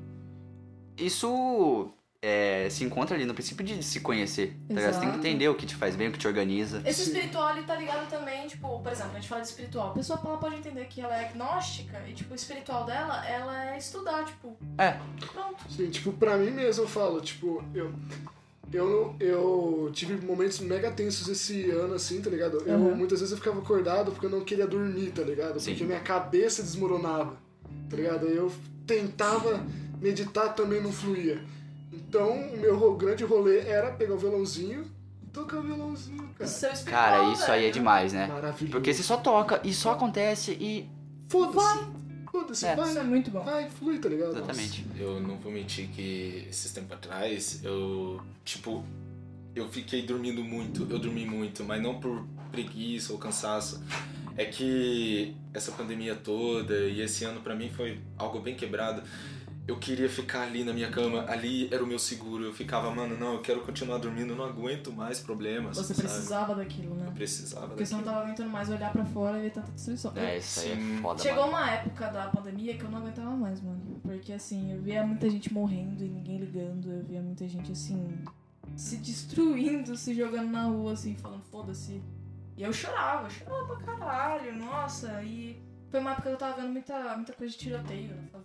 S3: Isso é, se encontra ali no princípio de se conhecer. Tá ligado? Você tem que
S1: Exato.
S3: entender o que te faz bem, o que te organiza.
S1: Esse
S2: Sim.
S1: espiritual, ele tá ligado também, tipo, por exemplo, a gente fala de espiritual. A pessoa ela pode entender que ela é agnóstica e, tipo, o espiritual dela, ela é estudar, tipo.
S3: É.
S1: Pronto.
S2: Sim, tipo, pra mim mesmo eu falo, tipo, eu. Eu, eu tive momentos mega tensos esse ano, assim, tá ligado? Eu,
S1: Aham.
S2: Muitas vezes eu ficava acordado porque eu não queria dormir, tá ligado?
S3: Sim.
S2: Porque minha cabeça desmoronava, tá ligado? Eu tentava meditar, também não fluía. Então, o meu ro- grande rolê era pegar o violãozinho e tocar o violãozinho, cara.
S1: Seu espiritual.
S3: Cara, isso aí é
S1: velho.
S3: demais, né?
S2: Maravilhoso.
S3: Porque você só toca e só acontece e.
S2: Foda-se, foda-se,
S3: É.
S1: Isso é
S2: vai,
S1: muito bom.
S2: vai, flui, tá ligado?
S3: Exatamente.
S4: Eu não vou mentir que esses tempos atrás eu, tipo, eu fiquei dormindo muito, eu dormi muito, mas não por preguiça ou cansaço. É que essa pandemia toda e esse ano pra mim foi algo bem quebrado. Eu queria ficar ali na minha cama, ali era o meu seguro. Eu ficava, mano, não, eu quero continuar dormindo, eu não aguento mais problemas.
S1: Você
S4: sabe?
S1: precisava daquilo, né?
S4: Eu precisava
S1: Porque você não
S4: daquilo.
S1: tava aguentando mais olhar pra fora e ver tanta destruição. Eu-
S3: É, isso aí é
S4: Sim.
S3: foda,
S1: Chegou
S3: mano.
S1: uma época da pandemia que eu não aguentava mais, mano. Porque assim, eu via muita gente morrendo e ninguém ligando, eu via muita gente assim, se destruindo, se jogando na rua, assim, falando foda-se. E eu chorava, eu chorava pra caralho, nossa. E foi uma época que eu tava vendo muita, muita coisa de tiroteio na favela.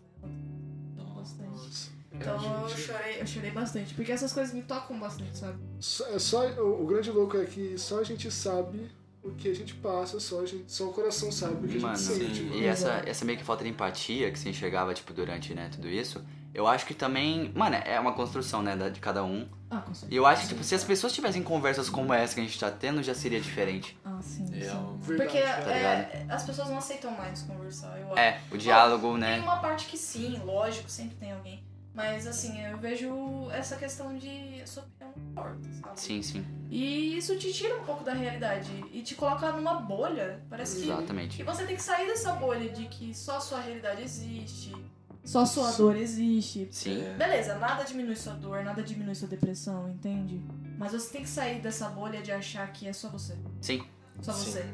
S1: Bastante.
S2: Nossa. é,
S1: Então eu
S2: gente.
S1: chorei, eu chorei bastante, porque essas coisas me tocam bastante, sabe?
S2: Só, é só- o, o grande louco é que só a gente sabe o que a gente passa, só, a gente, só o coração sabe o que a
S3: Mano,
S2: gente sente.
S4: sim.
S2: mano.
S3: E essa, essa meio que falta de empatia que você enxergava, tipo, durante, né, tudo isso. Eu acho que também. Mano, é uma construção, né, da- de cada um.
S1: Ah, com certeza.
S3: E eu acho que, tipo, se as pessoas tivessem conversas como essa que a gente tá tendo, já seria diferente.
S1: Ah, sim.
S4: É,
S1: sim.
S4: eu-
S2: Verdade, tá
S1: Porque
S2: cara.
S1: é, as pessoas não aceitam mais conversar, eu acho.
S3: É, o diálogo,
S1: Tem
S3: né?
S1: uma parte que sim, lógico, sempre tem alguém. Mas assim, eu vejo essa questão de sua opinião importa, sabe?
S3: Sim, sim.
S1: E isso te tira um pouco da realidade e te coloca numa bolha. Parece que
S3: Exatamente.
S1: E você tem que sair dessa bolha de que só a sua realidade existe, só a sua dor existe.
S3: Sim.
S4: É.
S1: Beleza, nada diminui sua dor, nada diminui sua depressão, entende? Mas você tem que sair dessa bolha de achar que é só você.
S3: Sim.
S1: Só
S4: Sim.
S1: você.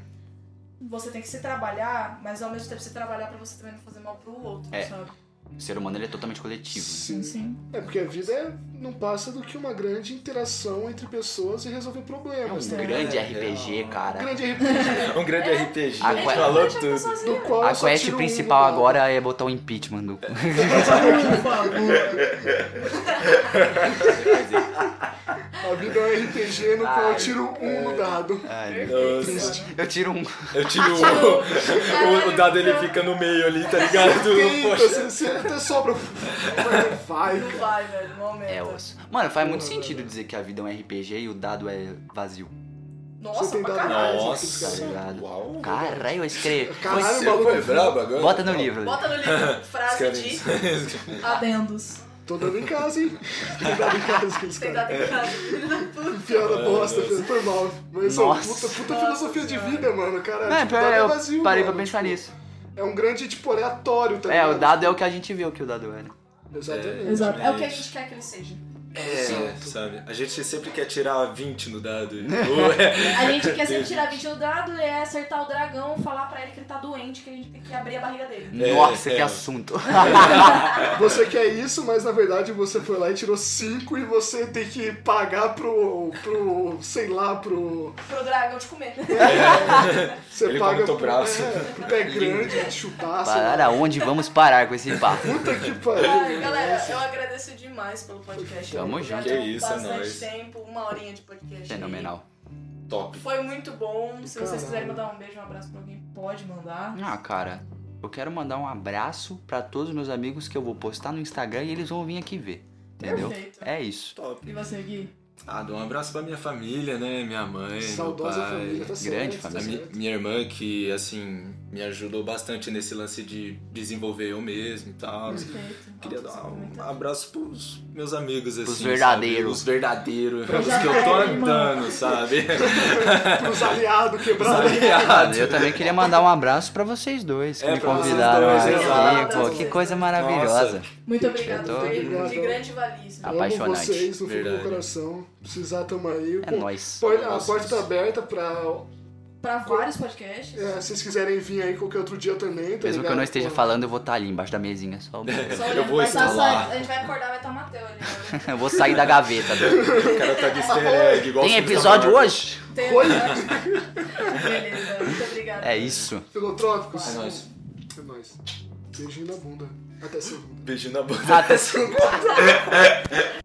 S1: Você tem que se trabalhar, mas ao mesmo tempo se trabalhar pra você também não fazer mal pro outro,
S3: É.
S1: sabe?
S3: O ser humano ele é totalmente coletivo. né?
S2: Sim.
S1: sim.
S2: É porque a vida é- não passa do que uma grande interação entre pessoas e resolver
S3: É um
S2: problemas. né?
S3: grande
S4: É,
S3: RPG,
S4: é um
S3: cara.
S2: grande RPG
S4: Um grande
S1: É.
S4: RPG.
S3: A
S4: ele
S3: qual-
S4: falou
S1: Deixa eu ficar
S4: tudo.
S1: sozinho.
S2: do qual eu
S3: A
S2: só
S3: quest
S2: tiro um
S3: principal
S2: do-
S3: agora é botar o impeachment do.
S4: É,
S1: Por favor.
S2: A vida é um RPG no qual eu
S3: Ai, é.
S2: tiro um no dado.
S3: Ai,
S1: Perfeito.
S3: eu tiro um.
S4: Eu tiro o, o, o dado, ele
S1: Caralho,
S4: fica no meio ali, tá ligado?
S2: Tenta,
S4: Poxa.
S2: você, você até sobra. Mas não vai.
S1: Não vai, velho, não aumenta.
S3: É, osso. Mano, faz muito sentido dizer que a vida é um RPG e o dado é vazio.
S1: Nossa,
S2: Você tem
S1: pra
S2: dado-
S1: caralho.
S4: Nossa,
S3: Obrigado.
S4: uau.
S3: Caralho, eu escrevi.
S2: Caralho,
S4: Você
S2: maluco.
S4: foi é brabo agora?
S3: Bota no livro.
S1: Bota no livro, frase
S4: Escreve
S1: de
S4: isso.
S1: adendos.
S2: Tô dando em casa, hein? Tem dado em casa aqueles
S1: Tem
S2: caras.
S1: dado em casa, filho da puta.
S2: Piada
S4: Ai,
S2: bosta,
S4: Deus.
S2: filho, foi mal. Mas ó,
S3: Nossa.
S2: puta, puta
S1: Nossa
S2: filosofia de
S1: Senhora.
S2: vida, mano, cara.
S3: Não, é
S2: tipo,
S3: pior,
S2: dado é
S3: eu
S2: vazio,
S3: parei
S2: mano,
S3: pra pensar
S2: tipo,
S3: nisso.
S2: É um grande, tipo, aleatório, tá
S3: É,
S2: ligado?
S3: o dado é o que a gente viu que o dado é, né? era.
S2: Exatamente.
S1: Exato. É o que a gente quer que ele seja.
S4: É, sabe? A gente sempre quer tirar 20 no dado. Ou é-
S1: A gente quer sempre tirar 20 no dado é acertar o dragão, falar pra ele que ele tá doente, que a gente tem que abrir a barriga dele.
S4: É,
S3: Nossa,
S4: é.
S3: que assunto.
S2: Você quer isso, mas na verdade você foi lá e tirou 5 e você tem que pagar pro. pro. sei lá, pro.
S1: Pro dragão te comer.
S2: Você
S4: Ele
S2: paga
S4: corta o
S2: pro,
S4: braço.
S2: é, pro pé grande, chutar, sei lá.
S3: Parar aonde vamos parar com esse papo?
S2: Puta que pariu. né?
S1: Ai,
S2: mano.
S1: galera, eu agradeço demais pelo podcast.
S3: Tamo
S1: Já
S3: junto.
S1: deu
S4: Que isso, é
S1: bastante
S4: nóis.
S1: tempo, uma horinha de podcast.
S3: Fenomenal.
S4: Top.
S1: Foi muito bom. Se vocês
S2: Caralho.
S1: quiserem mandar um beijo, um abraço pra alguém, pode mandar.
S3: Ah, cara, eu quero mandar um abraço pra todos os meus amigos que eu vou postar no Instagram e eles vão vir aqui ver. Entendeu?
S1: Perfeito.
S3: É isso.
S4: Top.
S1: E você, Gui?
S4: Ah, dou um abraço pra minha família, né? Minha mãe,
S2: Saudosa
S4: meu pai.
S2: família, tá certo.
S3: Grande
S2: tá
S4: A
S3: família.
S4: mi-
S2: certo.
S4: minha irmã que, assim, me ajudou bastante nesse lance de desenvolver eu mesmo e
S2: Uhum.
S4: tal.
S1: Perfeito.
S4: Queria dar um
S1: Muito
S4: abraço pros meus amigos, assim. sabe?
S3: verdadeiros.
S4: Os verdadeiros.
S2: Pra
S4: Os
S2: você
S4: que eu tô
S1: ver, irmão.
S4: andando, sabe?
S2: Pros aliados quebrados.
S3: Mano,
S4: Aliado.
S3: eu também queria mandar um abraço pra vocês dois que
S4: É,
S3: me
S4: pra vocês
S3: convidaram
S4: dois,
S3: aqui.
S1: exato.
S3: Pô, que coisa maravilhosa.
S1: Muito obrigado,
S3: Eu tô-
S1: foi de
S2: Obrigado.
S1: grande valia.
S3: Ah, apaixonante.
S2: Amo vocês no fundo do
S4: Verdade.
S2: coração. Precisar, tamo aí.
S3: É
S2: Pô,
S3: nóis.
S2: pode- A
S4: Nossa.
S2: porta tá aberta pra.
S1: Pra vários podcasts.
S2: é, se vocês quiserem vir aí qualquer outro dia também. Tá
S3: Mesmo que eu não esteja falando, eu vou estar ali embaixo da mesinha. Só... um-
S1: Só
S4: Eu
S1: olhando,
S4: vou
S1: vai tá
S4: estar
S1: só-
S4: lá.
S1: A gente vai acordar, vai estar o Matheus ali. né?
S3: eu vou sair da gaveta. Do...
S4: O cara tá de easter egg, igual
S3: Tem
S4: o filme da
S3: episódio
S4: Marvel.
S3: hoje?
S1: Tem-
S2: Oi?
S1: Beleza, muito obrigada.
S3: É isso.
S2: Filotrópicos.
S4: É nóis.
S2: É nóis. Beijinho na bunda. Até segunda.
S4: Beijinho na boca.
S3: Até segunda.